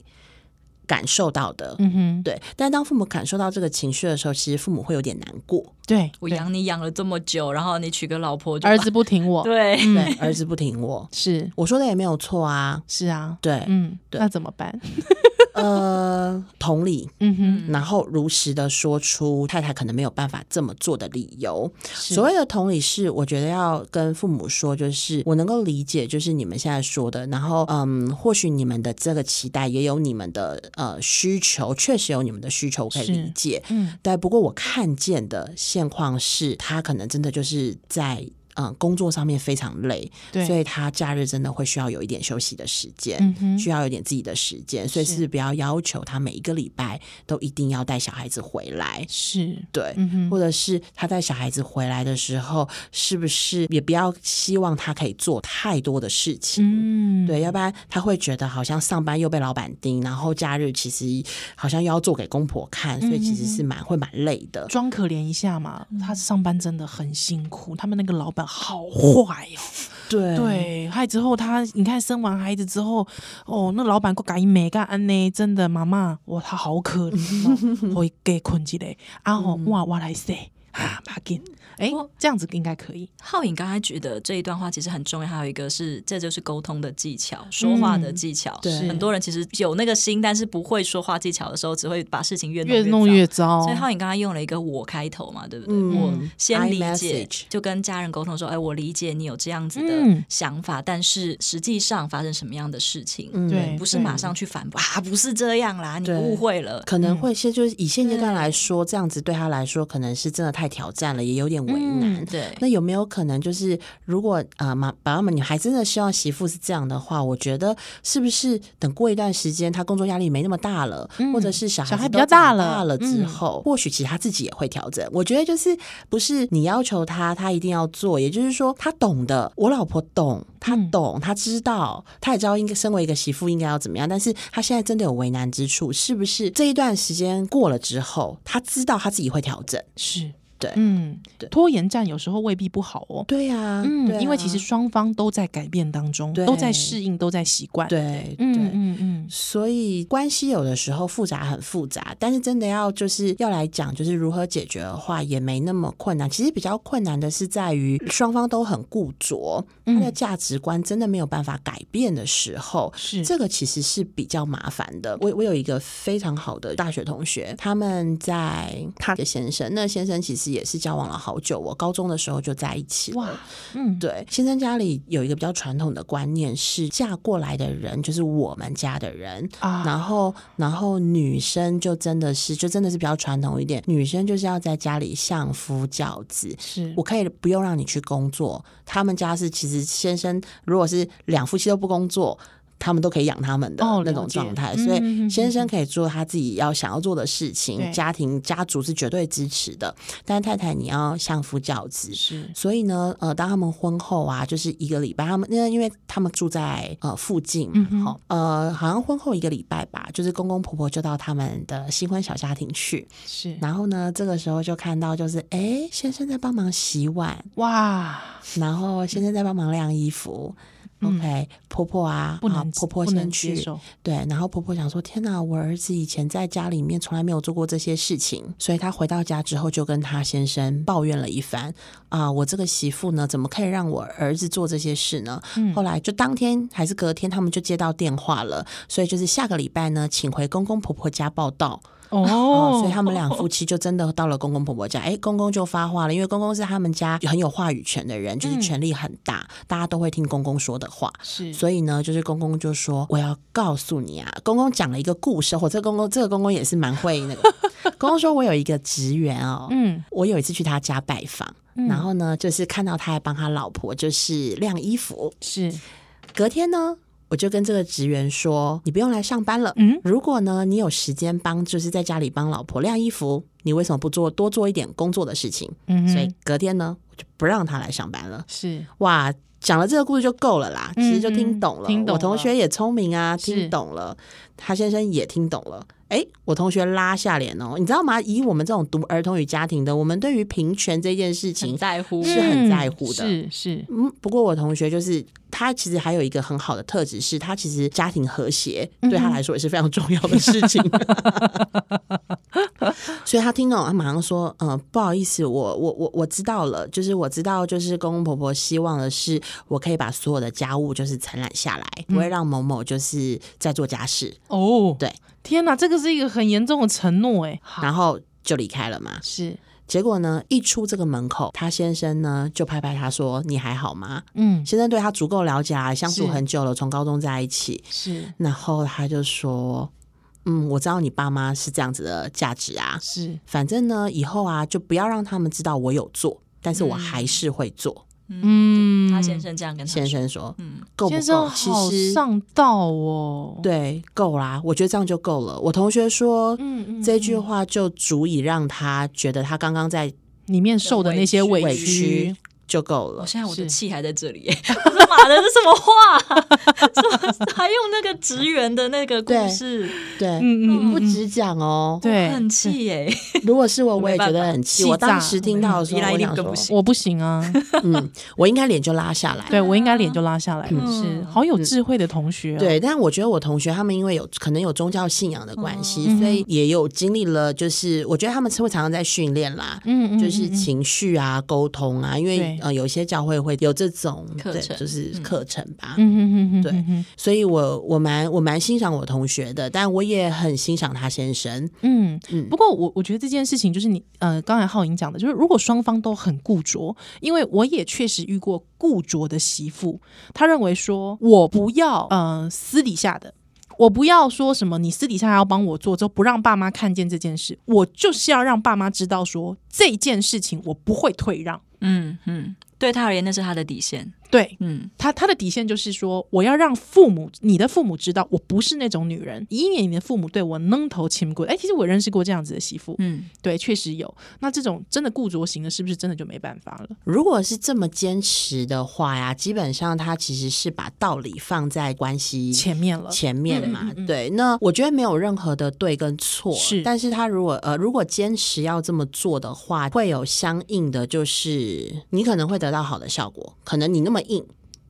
感受到的。
嗯哼，
对，但当父母感受到这个情绪的时候，其实父母会有点难过。
对，
我
对
养你养了这么久，然后你娶个老婆就
儿子不听我，
对、
对，儿子不听我，
是
我说的也没有错啊。
是啊，
对，
嗯，
对
那怎么办？
呃，同理，
嗯哼，
然后如实的说出太太可能没有办法这么做的理由。
所
所谓的同理是，我觉得要跟父母说，就是我能够理解，就是你们现在说的，然后嗯，或许你们的这个期待也有你们的呃需求，确实有你们的需求，我可以
是
理解。
嗯，
但不过我看见的现况是，他可能真的就是在。嗯，工作上面非常累，
对，
所以他假日真的会需要有一点休息的时间。
嗯哼，
需要有点自己的时间，所以
是
是不要要求他每一个礼拜都一定要带小孩子回来，
是，
对，
嗯哼，
或者是他带小孩子回来的时候，是不是也不要希望他可以做太多的事情？
嗯，
对，要不然他会觉得好像上班又被老板盯，然后假日其实好像又要做给公婆看，所以其实是蛮会蛮累的。
装可怜一下嘛。
嗯
他上班真的很辛苦，他们那个老板好坏哦。
对
对，还之后他，你看生完孩子之后，哦，那老板给改美干安呢，真的妈妈，哇，他好可 怜哦，会给困起来，啊吼，
嗯
哇哇来塞。啊，马金，哎
哦
我，
这样子应该可以。
浩颖刚才觉得这一段话其实很重要，还有一个是，这就是沟通的技巧，说话
嗯
的技巧。
对
很多人其实有那个心，但是不会说话技巧的时候，只会把事情越弄
越弄
糟
越糟，
所以浩颖刚刚用了一个“我”开头嘛，对不对？
哦嗯
我先理解
iMessage，
就跟家人沟通说：“哎，我理解你有这样子的
嗯
想法，但是实际上发生什么样的事情，
嗯
对
不是马上去反驳啊，不是这样啦，你
对
误会了。”
可能会先就是以现阶段来说，这样子对他来说可能是真的太挑战了，也有点为难。
嗯，对，
那有没有可能就是，如果啊妈爸爸们，你还真的希望媳妇是这样的话，我觉得是不是等过一段时间，他工作压力没那么大了，或者是小孩
嗯小孩
子
比
都
较大
长
了
大了之
嗯
后，或许其实他自己也会调整。我觉得就是不是你要求他，他一定要做，也就是说他懂的，我老婆懂，她
嗯
懂，她知道，她也知道应该身为一个媳妇应该要怎么样，但是她现在真的有为难之处，是不是这一段时间过了之后，她知道她自己会调整？
是
对
嗯
对，
拖延战有时候未必不好哦。
对呀、
嗯，
对啊
因为其实双方都在改变当中，
对
都在适应，都在习惯。，
对，对
嗯嗯嗯，
所以关系有的时候复杂很复杂，但是真的要就是要来讲，就是如何解决的话，也没那么困难。其实比较困难的是在于双方都很固着，他
嗯
的价值观真的没有办法改变的时候，
是
这个其实是比较麻烦的。我我有一个非常好的大学同学，他们在他的先生，那先生其实也是交往了好久，我高中的时候就在一起了
哇，嗯，
对，先生家里有一个比较传统的观念是，嫁过来的人就是我们家的人。
啊，
然后，然后女生就真的是，就真的是比较传统一点。女生就是要在家里相夫教子，
是
我可以不用让你去工作。他们家是其实先生如果是两夫妻都不工作，他们都可以养他们的
哦
那种
了解
状态，
嗯
所
嗯嗯
以先
嗯
生可以做他自己要想要做的事
对
情，家庭家族是绝对支持的。但是太太你要相夫教子，
是
所以呢，呃，当他们婚后啊，就是一个礼拜，他们因为因为他们住在呃附近嘛，
嗯哼
好、呃，好像婚后一个礼拜吧，就是公公婆婆就到他们的新婚小家庭去，
是，
然后呢，这个时候就看到就是，哎，先生在帮忙洗碗，
哇，
然后先生在帮忙晾衣服。
嗯
OK，婆婆啊，
不
啊
能
婆婆
不能
先
接
去， 啊
受，
对，然后婆婆想说：“天哪，我儿子以前在家里面从来没有做过这些事情。”所以她回到家之后就跟她先生抱怨了一番：“啊，我这个媳妇呢，怎么可以让我儿子做这些事呢？”后来就当天还是隔天，他们就接到电话了，所以就是下个礼拜呢，请回公公婆婆家报道。哦，
哦，
所以他们两夫妻就真的到了公公婆婆家，哎，公公就发话了，因为公公是他们家很有话语权的人，就是权力很大，大家都会听公公说的话。
是，
所以呢，就是公公就说：“我要告诉你啊，公公讲了一个故事。我这个公公，这个公公也是蛮会那个。 公公说，我有一个职员哦，
嗯，
我有一次去他家拜访，然后呢，就是看到他还帮他老婆就是晾衣服。
是，
隔天呢，我就跟这个职员说，你不用来上班了。
嗯
如果呢，你有时间帮，就是在家里帮老婆晾衣服，你为什么不做多做一点工作的事情？
嗯哼，
所以隔天呢，我就不让他来上班了。”
是
哇，讲了这个故事就够了啦，其实就
嗯
听懂了。
听懂了
我同学也聪明啊，
是
听懂了，他先生也听懂了。哎，我同学拉下脸哦，你知道吗？以我们这种读儿童与家庭的，我们对于平权这件事情
很在乎
是很在乎的。
嗯是是，
嗯，不过我同学就是他，其实还有一个很好的特质是，他其实家庭和谐对
嗯
他来说也是非常重要的事情。 所以他听懂，他马上说：“嗯、不好意思，我我我我知道了，就是我知道，就是公公婆婆希望的是，我可以把所有的家务就是承揽下来，不
嗯
会让某某就是在做家事，
哦，
对，
天哪，这个是一个很严重的承诺，哎，好
然后就离开了嘛。”
是，
结果呢，一出这个门口，他先生呢就拍拍他说：“你还好吗？”
嗯，
先生对他足够了解啊，相处
是
很久了，从高中在一起。
是
然后他就说：“嗯，我知道你爸妈是这样子的价值啊，
是，
反正呢，以后啊，就不要让他们知道我有做，但是我还是会做。
嗯，
他先生这样跟他
先
说，
生说
嗯，：“
够不
先生
够？其
好
实
上道哦，，
对，够啦，我觉得这样就够了。”我同学说：“
嗯嗯，
这句
嗯
话就足以让他觉得他刚刚在
里面受的那些
委
委
屈
屈，
就够了
我。”现在我的
是
气还在这里耶！ 我说妈的，这什么话、 这还用那个职员的那个故
对
事，
对，
嗯嗯，
不
嗯
止讲哦。
对，
很气耶！
如果是我，我也
没办
觉得
法
很气。
气
我当
炸
时听到的时候，
依赖
我
一定
想
更
说
不：“行。
我不行啊，
嗯，我应该脸就拉下来。
对我应该脸就拉下来了，是
嗯
好有智慧的同学、哦，
对，但我觉得我同学他们因为有可能有宗教信仰的关系，
嗯
所以也有经历了，就是我觉得他们是会常常在训练啦，
嗯，嗯嗯，
就是
嗯
情绪啊、沟通啊，因
对
为呃有一些教会会有这种
课
对
程
就是
嗯
课程吧。
嗯嗯嗯嗯，
对
嗯
所以我我蛮我蛮欣赏我同学的，但我也很欣赏他先生。
嗯嗯。
嗯
不过我我觉得这件事情就是你呃，刚才浩莹讲的，就是如果双方都很固着，因为我也确实遇过固着的媳妇，她认为说我不要呃私底下的。我不要说什么你私底下还要帮我做，之后不让爸妈看见这件事，我就是要让爸妈知道说这件事情我不会退让。
嗯嗯，对他而言那是他的底线。
对
嗯
他，他的底线就是说，我要让父母，你的父母知道我不是那种女人，以免你的父母对我扔头轻过。哎，其实我认识过这样子的媳妇，
嗯，
对，确实有。那这种真的固着型的，是不是真的就没办法了？
如果是这么坚持的话呀，基本上他其实是把道理放在关系
前面了，
前面嘛，
嗯嗯嗯
对。那我觉得没有任何的对跟错，
是
但是他如果呃，如果坚持要这么做的话，会有相应的，就是你可能会得到好的效果。可能你那么硬，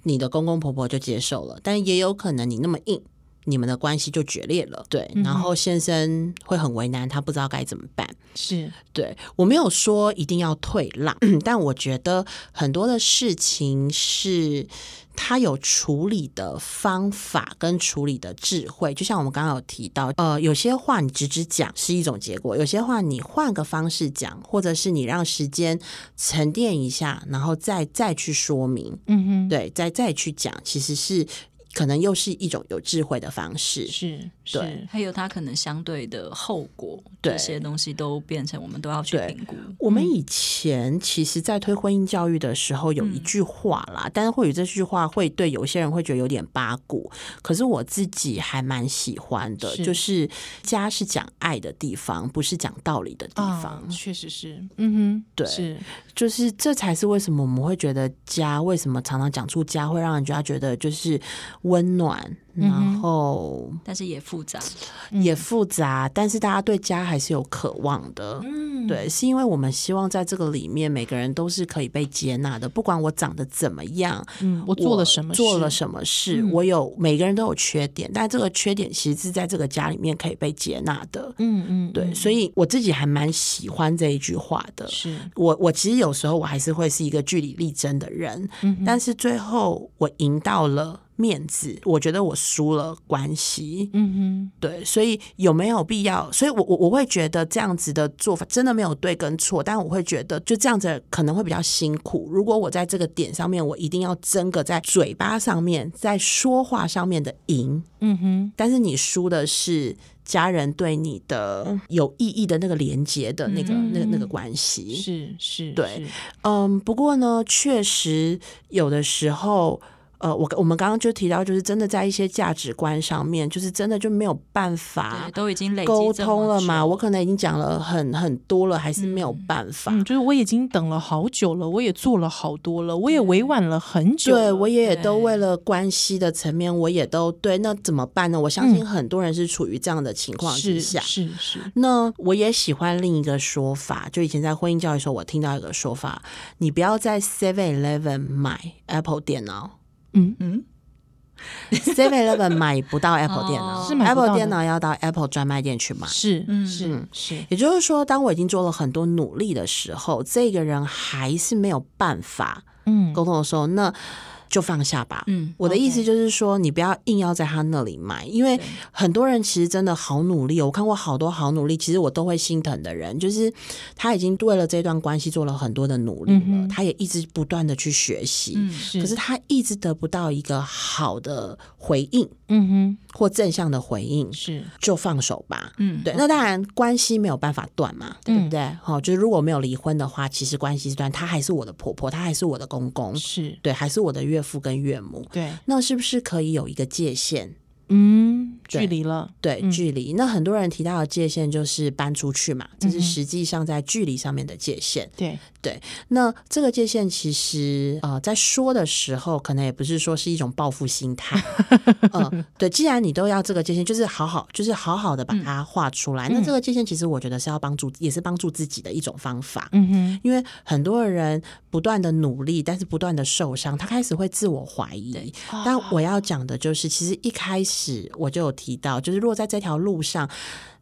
你的公公婆婆就接受了，但也有可能你那么硬。你们的关系就决裂了，对，
嗯哼
然后先生会很为难，他不知道该怎么办。
是
对我没有说一定要退让， 但我觉得很多的事情是他有处理的方法跟处理的智慧。就像我们刚刚有提到，呃，有些话你直直讲是一种结果，有些话你换个方式讲，或者是你让时间沉淀一下，然后再再去说明，
嗯哼，
对，再再去讲，其实是可能又是一种有智慧的方式。
是
对
是。
还有他可能相对的后果，
对
这些东西都变成我们都要去
对
评估。
我
嗯
们以前其实，在推婚姻教育的时候，
嗯
有一句话啦，但是或许这句话会对有些人会觉得有点八股，可是我自己还蛮喜欢的，
是
就是家是讲爱的地方，不是讲道理的地方
啊，，确实是，嗯哼，
对
是
就是这才是为什么我们会觉得家，为什么常常讲出家会让人家觉得就是温暖，
嗯哼
然后
但是也复杂，
也复杂，但是大家对家还是有渴望的，
嗯，
对，是因为我们希望在这个里面，每个人都是可以被接纳的，不管我长得怎么样，
嗯，我
我
做了什么事？
做了什么事，
嗯
我有每个人都有缺点，但这个缺点其实是在这个家里面可以被接纳的。
嗯嗯，
对，
嗯
所以我自己还蛮喜欢这一句话的。
是，
我我其实有时候我还是会是一个据理力争的人，
嗯哼
但是最后我赢到了面子，我觉得我输了关系。
嗯
对，所以有没有必要？所以我我我会觉得这样子的做法真的没有对跟错，但我会觉得就这样子可能会比较辛苦。如果我在这个点上面，我一定要争个在嘴巴上面、在说话上面的赢，
哼，嗯哼，
但是你输的是家人对你的有意义的那个连接的那个、那个那个关系。
是是，
对
是，
嗯，不过呢，确实有的时候，呃，我我们刚刚就提到，就是真的在一些价值观上面，就是真的就没有办法
对，都已经累积
沟
这么
通了
久
嘛？我可能已经讲了很很多了，还是没有办法。
嗯，就是我已经等了好久了，我也做了好多了，我也委婉了很久了，
嗯对，我也
对
都为了关系的层面，我也都对，那怎么办呢？我相信
嗯
很多人是处于这样的情况之
是
下。
是是，
那我也喜欢另一个说法，就以前在婚姻教育的时候，我听到一个说法：你不要在 Seven Eleven 买 Apple 电脑，
嗯，
嗯，
Seven Eleven 买不到 Apple 电脑，
哦是
买不到的
Apple 电脑要到 Apple 专卖店去买。
是
嗯
是是，
也就是说，当我已经做了很多努力的时候，这个人还是没有办法
嗯，
沟通的时候，那就放下吧。
嗯
我的意思就是说，你不要硬要在他那里买，因为
对
很多人其实真的好努力哦。我看过好多好努力，其实我都会心疼的人，就是他已经为了这段关系做了很多的努力了，
嗯哼
他也一直不断的去学习，
嗯
是，
可是他一直得不到一个好的回应。
嗯哼，
或正向的回应，
是
就放手吧。
嗯，
对，那当然关系没有办法断嘛，对不对？好、就是如果没有离婚的话，其实关系是断，她还是我的婆婆，她还是我的公公，
是，
对，还是我的岳父跟岳母。
对，
那是不是可以有一个界限？
嗯，距
对
离了，
对，
嗯
距离。那很多人提到的界限就是搬出去嘛，这
嗯
是
哼
实际上在距离上面的界限。
对，
那这个界限其实呃，在说的时候，可能也不是说是一种报复 心态。嗯、对，既然你都要这个界限，就是好好，就是好好的
嗯
把它画出来。那这个界限其实我觉得是要帮助，也是帮助自己的一种方法。
嗯哼，
因为很多人不断的努力，但是不断的受伤，他开始会自我怀疑
对。
哦啊
但我要讲的就是，其实一开始我就有提到，就是如果在这条路上。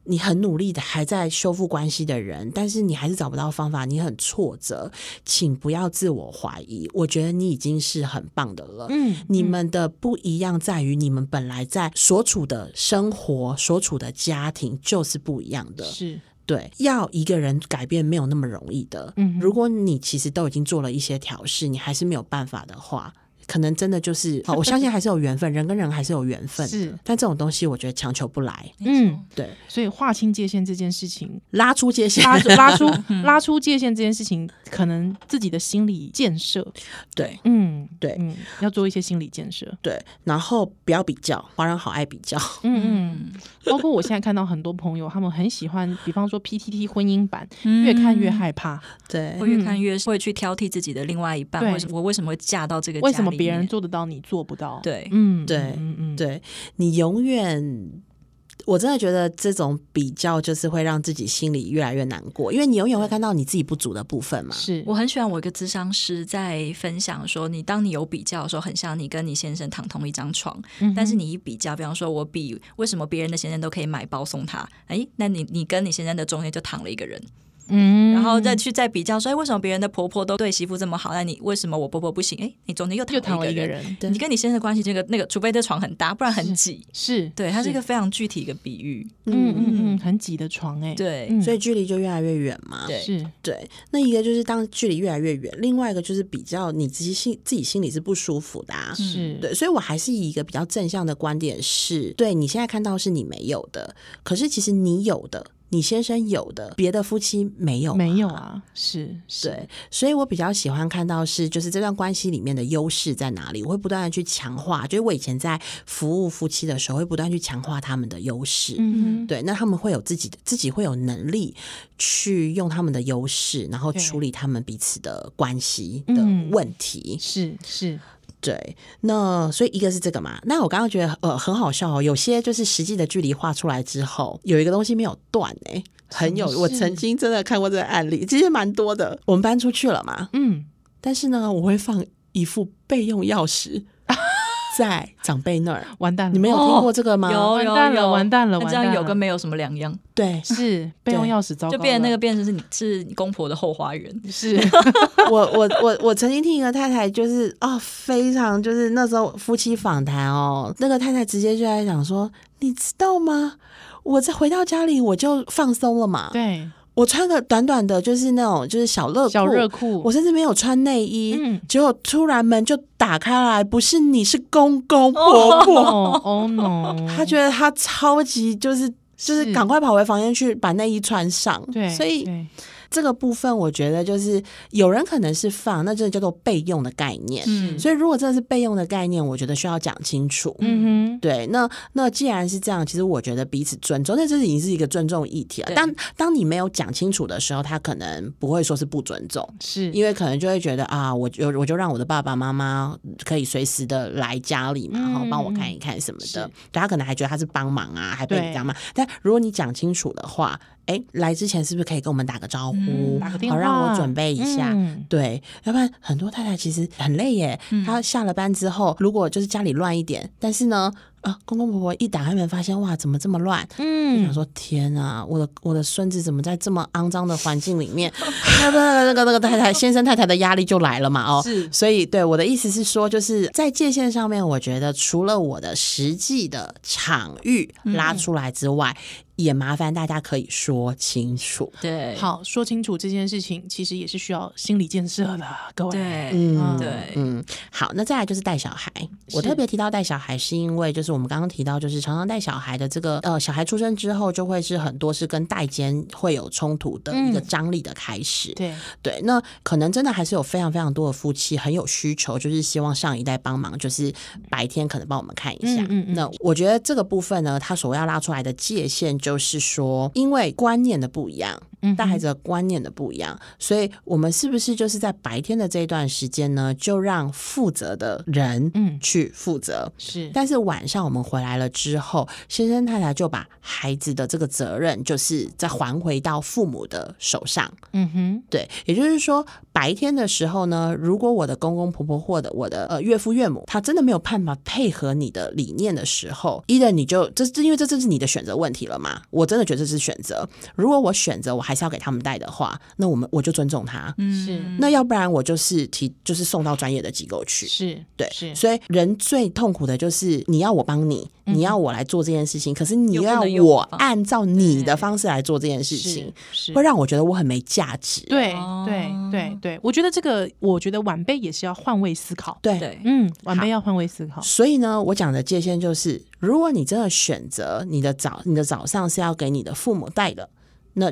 你很努力的还在修复关系的人，但是你还是找不到方法，你很挫折，请不要自我怀疑。我觉得你已经是很棒的了。
嗯，
你
嗯
们的不一样在于你们本来在所处的生活、所处的家庭就是不一样的。
是，
对，要一个人改变没有那么容易的。
嗯哼
如果你其实都已经做了一些调试，你还是没有办法的话，可能真的就是，好，我相信还是有缘分，人跟人还是有缘分 的。
是
但这种东西我觉得强求不来。
嗯，
对，
所以划清界限这件事情，
拉出界限，
拉出拉出拉出界限这件事情，可能自己的心理建设，
对
嗯，
对
嗯，要做一些心理建设，
对，然后不要比较，华人好爱比 较。
嗯嗯。 包括我现在看到很多朋友，他们很喜欢，比方说 PTT 婚姻版，
嗯
越看越害怕，
对
我，越看越会去挑剔自己的另外一半，
对
为什么我为什么会嫁到这个家
为什么
里
别人
面
做得到你做不到？，
对？
嗯，
对
嗯嗯，
对你永远。我真的觉得这种比较就是会让自己心里越来越难过，因为你永远会看到你自己不足的部分嘛。
是
我很喜欢我一个咨商师在分享说，你当你有比较的时候，很像你跟你先生躺同一张床，
嗯
但是你一比较，比方说我比为什么别人的先生都可以买包送他，哎，那你你跟你先生的中间就躺了一个人，
嗯
然后再去再比较说，哎，为什么别人的婆婆都对媳妇这么好，那你为什么我婆婆不行？哎，你中间又
又躺
躺
了
了
一
一
个
个人，
人，
你跟你先生的关系这个那个，除非这床很大，不然很挤。
是，
对，它是一个非常具体一个比喻。
嗯嗯嗯，很挤的床哎，
对，
嗯，
所以距离就越来越远嘛。
对
是
对，那一个就是当距离越来越远，另外一个就是比较你自己心自己心里是不舒服的、啊。
是，
对，所以我还是以一个比较正向的观点是，对你现在看到是你没有的，可是其实你有的，你先生有的，别的夫妻没有、
没有。啊，是是，
对，所以我比较喜欢看到是，就是这段关系里面的优势在哪里，我会不断的去强化。就是我以前在服务夫妻的时候，会不断地去强化他们的优势。
嗯哼，
对，那他们会有自己的，自己会有能力去用他们的优势，然后
对
处理他们彼此的关系的
嗯
问题。
是是，
对，那所以一个是这个嘛。那我刚刚觉得呃很好笑哦，有些就是实际的距离画出来之后，有一个东西没有断哎、很有。
什么
我
事
曾经真的看过这个案例，其实蛮多的。我们搬出去了嘛，
嗯，
但是呢，我会放一副备用钥 匙在长辈那儿。
完蛋了，
你们有听过这个吗？
有
完
有
蛋了
有，
完蛋了
那
完
这样
蛋
有
了
跟没有什么两样，
对，
是备用
对
钥匙糟糕了，
就变成那个变成是你是你公婆的后花园。
是
我我我我曾经听一个太太，就是哦，非常就是那时候夫妻访谈哦，那个太太直接就在讲说，你知道吗？我在回到家里我就放松了嘛，
对
我穿个短短的，就是那种就是小热
小热，裤，
我甚至没有穿内衣，
嗯
结果突然门就打开来，不是你是公公婆婆，
哦哦 no，
他觉得他超级就是。就是
是
赶快跑回房间去把内衣穿上，
对，
所以
对
这个部分，我觉得就是有人可能是放，那这叫做备用的概念。
嗯
所以如果真的是备用的概念，我觉得需要讲清楚。
嗯哼，
对，那那既然是这样，其实我觉得彼此尊重，那这已经是一个尊重议题了。
对
当当你没有讲清楚的时候，他可能不会说是不尊重，
是
因为可能就会觉得啊，我就我就让我的爸爸妈妈可以随时的来家里嘛，然后
嗯
帮我
嗯
看一看什么的
是。
对他可能还觉得他是帮忙啊，还被
对
你帮忙。但如果你讲清楚的话，哎，来之前是不是可以跟我们打个招呼
嗯，
打个电
好
话
让我准备一下？
嗯
对，要不然很多太太其实很累耶。她下了班之后，如果就是家里乱一点，但是呢，啊，公公婆婆一打开门发现，哇，怎么这么乱？就想
嗯，
说天啊，我的我的孙子怎么在这么肮脏的环境里面？那不那个那个太太先生太太的压力就来了嘛哦。
是
所以，对我的意思是说，就是在界限上面，我觉得除了我的实际的场域
嗯
拉出来之外，也麻烦大家可以说清楚。
对，，
好说清楚这件事情，其实也是需要心理建设的，各位，
对，
嗯
对，
嗯，好，那再来就是带小孩。
是
我特别提到带小孩，是因为就是我们刚刚提到，就是常常带小孩的这个呃，小孩出生之后，就会是很多是跟代间会有冲突的一个
嗯
张力的开始。
对，
对，那可能真的还是有非常非常多的夫妻很有需求，就是希望上一代帮忙，就是白天可能帮我们看一下。
嗯嗯嗯
那我觉得这个部分呢，他所要拉出来的界限就是说，因为观念的不一样，
嗯
带孩子的观念的不一样，所以我们是不是就是在白天的这一段时间呢，就让负责的人
嗯
去负责，
是，
但是晚上我们回来了之后，先生太太就把孩子的这个责任，就是再还回到父母的手上。
嗯哼，
对，也就是说，白天的时候呢，如果我的公公婆婆或者我的呃岳父岳母，他真的没有办法配合你的理念的时候，either 你就这这因为这这是你的选择问题了嘛？我真的觉得这是选择。如果我选择我还还是要给他们带的话，那我们我就尊重他。
嗯
嗯
是
那要不然我就是提，就是送到专业的机构去。
是，
对，
是
所以人最痛苦的就是你要我帮你，你要我来做这件事情，可是你
又不
要
能用
我
我方
按照你的方式来做这件事情，
是
会让我觉得我很没价值。
对
哦
对对对，我觉得这个，我觉得晚辈也是要换位思考。
对
对，
嗯，晚辈要换位思考。
所以呢，我讲的界限就是，如果你真的选择你的早，你的早上是要给你的父母带的，那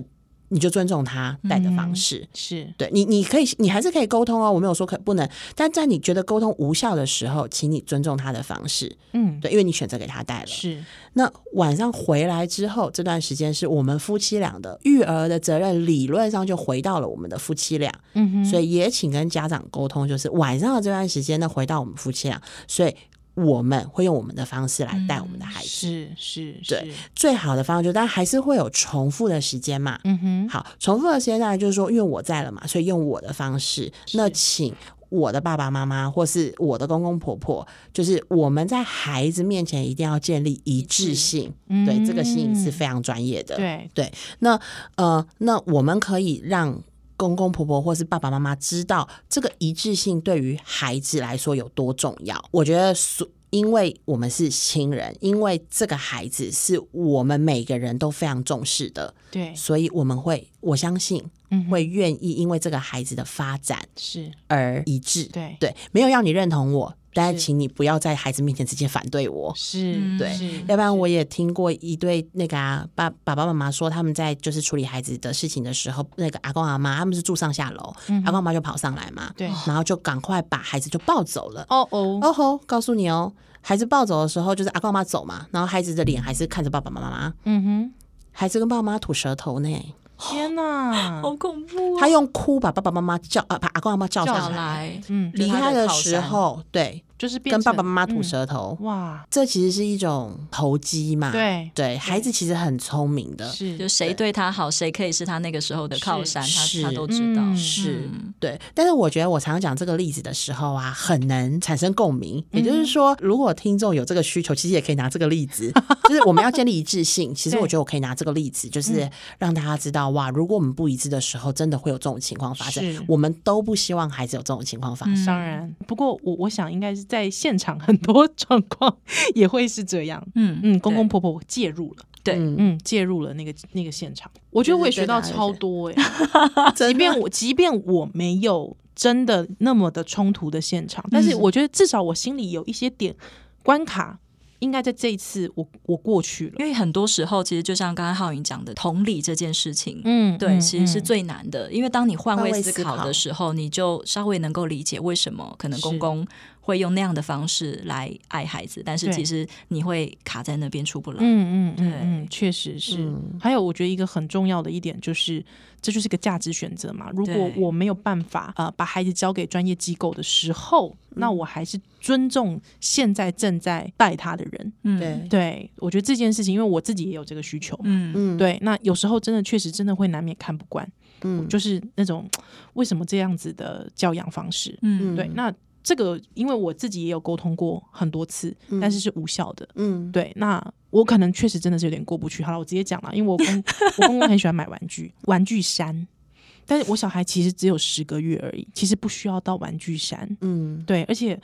你就尊重他带的方式。
是
对你，你可以，你还是可以沟通哦。我没有说可不能，但在你觉得沟通无效的时候，请你尊重他的方式。
嗯，
对，因为你选择给他带了。
是
那晚上回来之后，这段时间是我们夫妻俩的育儿的责任，理论上就回到了我们的夫妻俩。
嗯
所以也请跟家长沟通，就是晚上的这段时间呢，回到我们夫妻俩，所以我们会用我们的方式来带我们的孩子。
嗯是是
对
是，
最好的方式就是，但还是会有重复的时间嘛。
嗯哼，
好，重复的时间当然就是说，因为我在了嘛，所以用我的方式。那请我的爸爸妈妈或是我的公公婆婆，就是我们在孩子面前一定要建立一致性。
嗯
对，这个性是非常专业的。
对
那呃，那我们可以让公公婆婆或是爸爸妈妈知道这个一致性对于孩子来说有多重要。我觉得所。因为我们是亲人，因为这个孩子是我们每个人都非常重视的，
对，
所以我们会，我相信
嗯哼
会愿意因为这个孩子的发展
是
而一致。
嗯对
对，没有要你认同我，但是
是
请你不要在孩子面前直接反对我。
是，
对
是
要不然我也听过一对那个、啊、爸爸爸妈妈说，他们在就是处理孩子的事情的时候，那个阿公阿妈他们是住上下楼，阿公阿妈就跑上来嘛，
嗯对
然后就赶快把孩子就抱走了。
哦哦，
哦吼，告诉你哦，孩子抱走的时候就是阿公阿妈走嘛，然后孩子的脸还是看着爸爸妈妈，
嗯
孩子跟爸爸妈妈吐舌头呢，
哼，天哪，
好恐怖、哦，
他用哭把爸爸妈妈叫啊，把阿公阿妈叫
叫
要
上来。
来，
嗯，
离开的时候，对，
就是变
跟爸
成
爸妈妈吐
嗯
舌头，
哇，
这其实是一种投机嘛。
对
对，孩子其实很聪明的，
是
就谁对他好，谁可以是他那个时候的靠山，
是
他他都知道。
嗯
是
嗯
对，但是我觉得我常常讲这个例子的时候啊，很能产生共鸣。也就是说，如果听众有这个需求，其实也可以拿这个例子，就是我们要建立一致性。其实
对
我觉得我可以拿这个例子，就是让大家知道，哇，如果我们不一致的时候，真的会有这种情况发
是
生。我们都不希望孩子有这种情况发
嗯
生。
当然，不过我我想应该是在现场很多状况 也会是这样。
嗯
嗯，公公
对
婆婆介入了，
对
嗯，
嗯，介入了那个那个现场，我觉得我也学到超多 哎、即
即
便我即便我没有真的那么的冲突的现场，但
嗯
是我觉得至少我心里有一些点关卡，应该在这一次我我过去了。
因为很多时候，其实就像刚刚浩颖讲的，同理这件事情，
嗯
对，其实是最难的，因为当你换位思
换位思
考
考
的时候，你就稍微能够理解为什么可能
是
公公会用那样的方式来爱孩子，但是
对
其实你会卡在那边出不来。
嗯嗯嗯
对
嗯，确实是。
嗯
还有，我觉得一个很重要的一点就是，这就是个价值选择嘛。如果
对
我没有办法呃把孩子交给专业机构的时候，
嗯
那我还是尊重现在正在带他的人。
嗯，
对，
对我觉得这件事情，因为我自己也有这个需求嘛。
嗯，
嗯，
对，那有时候真的确实真的会难免看不惯，
嗯，
就是那种为什么这样子的教养方式？
嗯
对，那这个因为我自己也有沟通过很多次，
嗯
但是是无效的。
嗯，
对，那我可能确实真的是有点过不去。好了，我直接讲了，因为我公我公公很喜欢买玩具，玩具山。但是我小孩其实只有十个月而已，其实不需要到玩具山。
嗯，
对，而且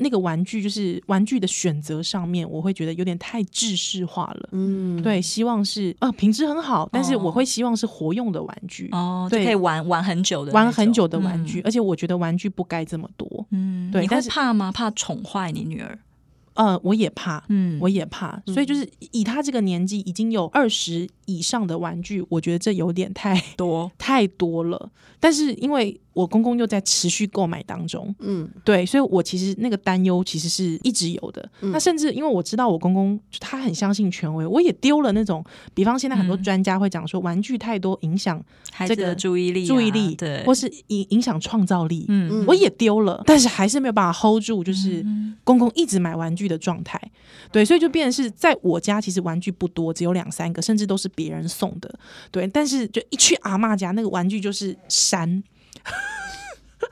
那个玩具就是玩具的选择上面，我会觉得有点太制式化了。
嗯，
对，希望是啊、品质很好，但是
哦
我会希望是活用的玩具，
哦，就
对
可以玩玩很久的那种，
玩很久的玩具，
嗯。
而且我觉得玩具不该这么多。
嗯，
对
你
但
会
是
怕吗？怕宠坏你女儿？
呃，我也怕，
嗯，
我也怕，所以就是以他这个年纪，已经有二十以上的玩具，我觉得这有点太
多，
太多了。但是因为我公公又在持续购买当中，
嗯，
对，所以我其实那个担忧其实是一直有的。
嗯
那甚至因为我知道我公公就他很相信权威，我也丢了那种，比方现在很多
嗯
专家会讲说，玩具太多影响
孩子
这个
的注意力啊、
注意力，
对，
或是影影响创造力，
嗯，
我也丢了，但是还是没有办法 hold 住，就是公公一直买玩具的状态。对，所以就变成是在我家，其实玩具不多，只有两三个，甚至都是别人送的。对，但是就一去阿嬷家，那个玩具就是山。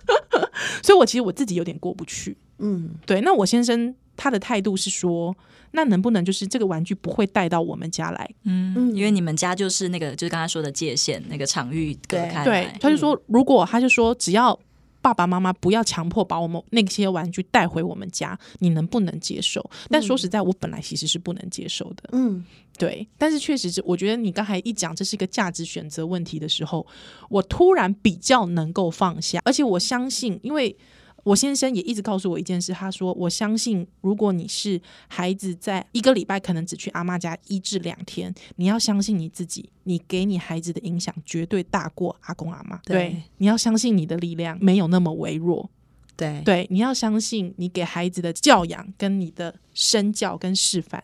所以，我其实我自己有点过不去。
嗯，
对，那我先生他他的态度是说，那能不能就是这个玩具不会带到我们家来？
嗯，因为你们家就是那个，就是刚才说的界限，那个场域隔
对
开
对
来，嗯
他就说，如果他就说只要爸爸妈妈不要强迫把我们那些玩具带回我们家，你能不能接受？但
嗯
说实在，我本来其实是不能接受的。
嗯，
对，但是确实是，我觉得你刚才一讲这是一个价值选择问题的时候，我突然比较能够放下，而且我相信，因为我先生也一直告诉我一件事，他说我相信，如果你是孩子在一个礼拜可能只去阿妈家一至两天，你要相信你自己，你给你孩子的影响绝对大过阿公阿妈。
对
你要相信你的力量没有那么微弱。
对
对，你要相信你给孩子的教养、跟你的身教跟示范，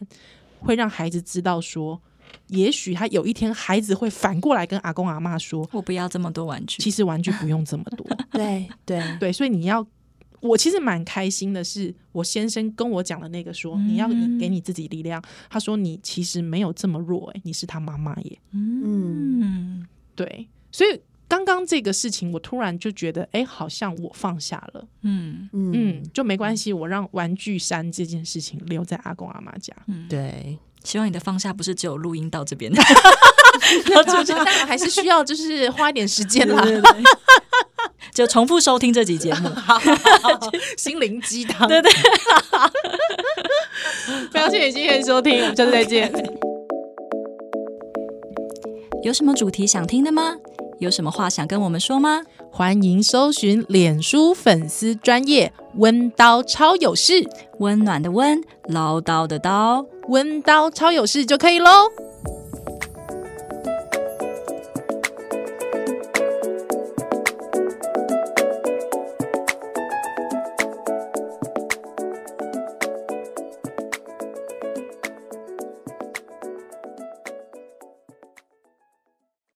会让孩子知道说，也许他有一天孩子会反过来跟阿公阿妈说，
我不要这么多玩具。
其实玩具不用这么 多。
对嗯对
对，所以你要，我其实蛮开心的是，我先生跟我讲的那个说，你要
嗯
给你自己力量。他说你其实没有这么弱、欸，你是他妈妈耶。
嗯
嗯，
对，所以刚刚这个事情，我突然就觉得，哎、好像我放下了。
嗯
嗯，
嗯，就没关系，我让玩具山这件事情留在阿公阿妈家。
对，
希望你的放下不是只有录音到这边，
当 然还是需要就是花一点时间啦，
就重复收听这集节目。
心灵鸡汤。对对， 非常谢谢今天的收听，我们下次再见。
有什么主题想听的吗？有什么话想跟我们说吗？
欢迎搜寻脸书粉丝专业温刀超有事，
温暖的温，唠叨的叨。
温刀超有事就可以喽。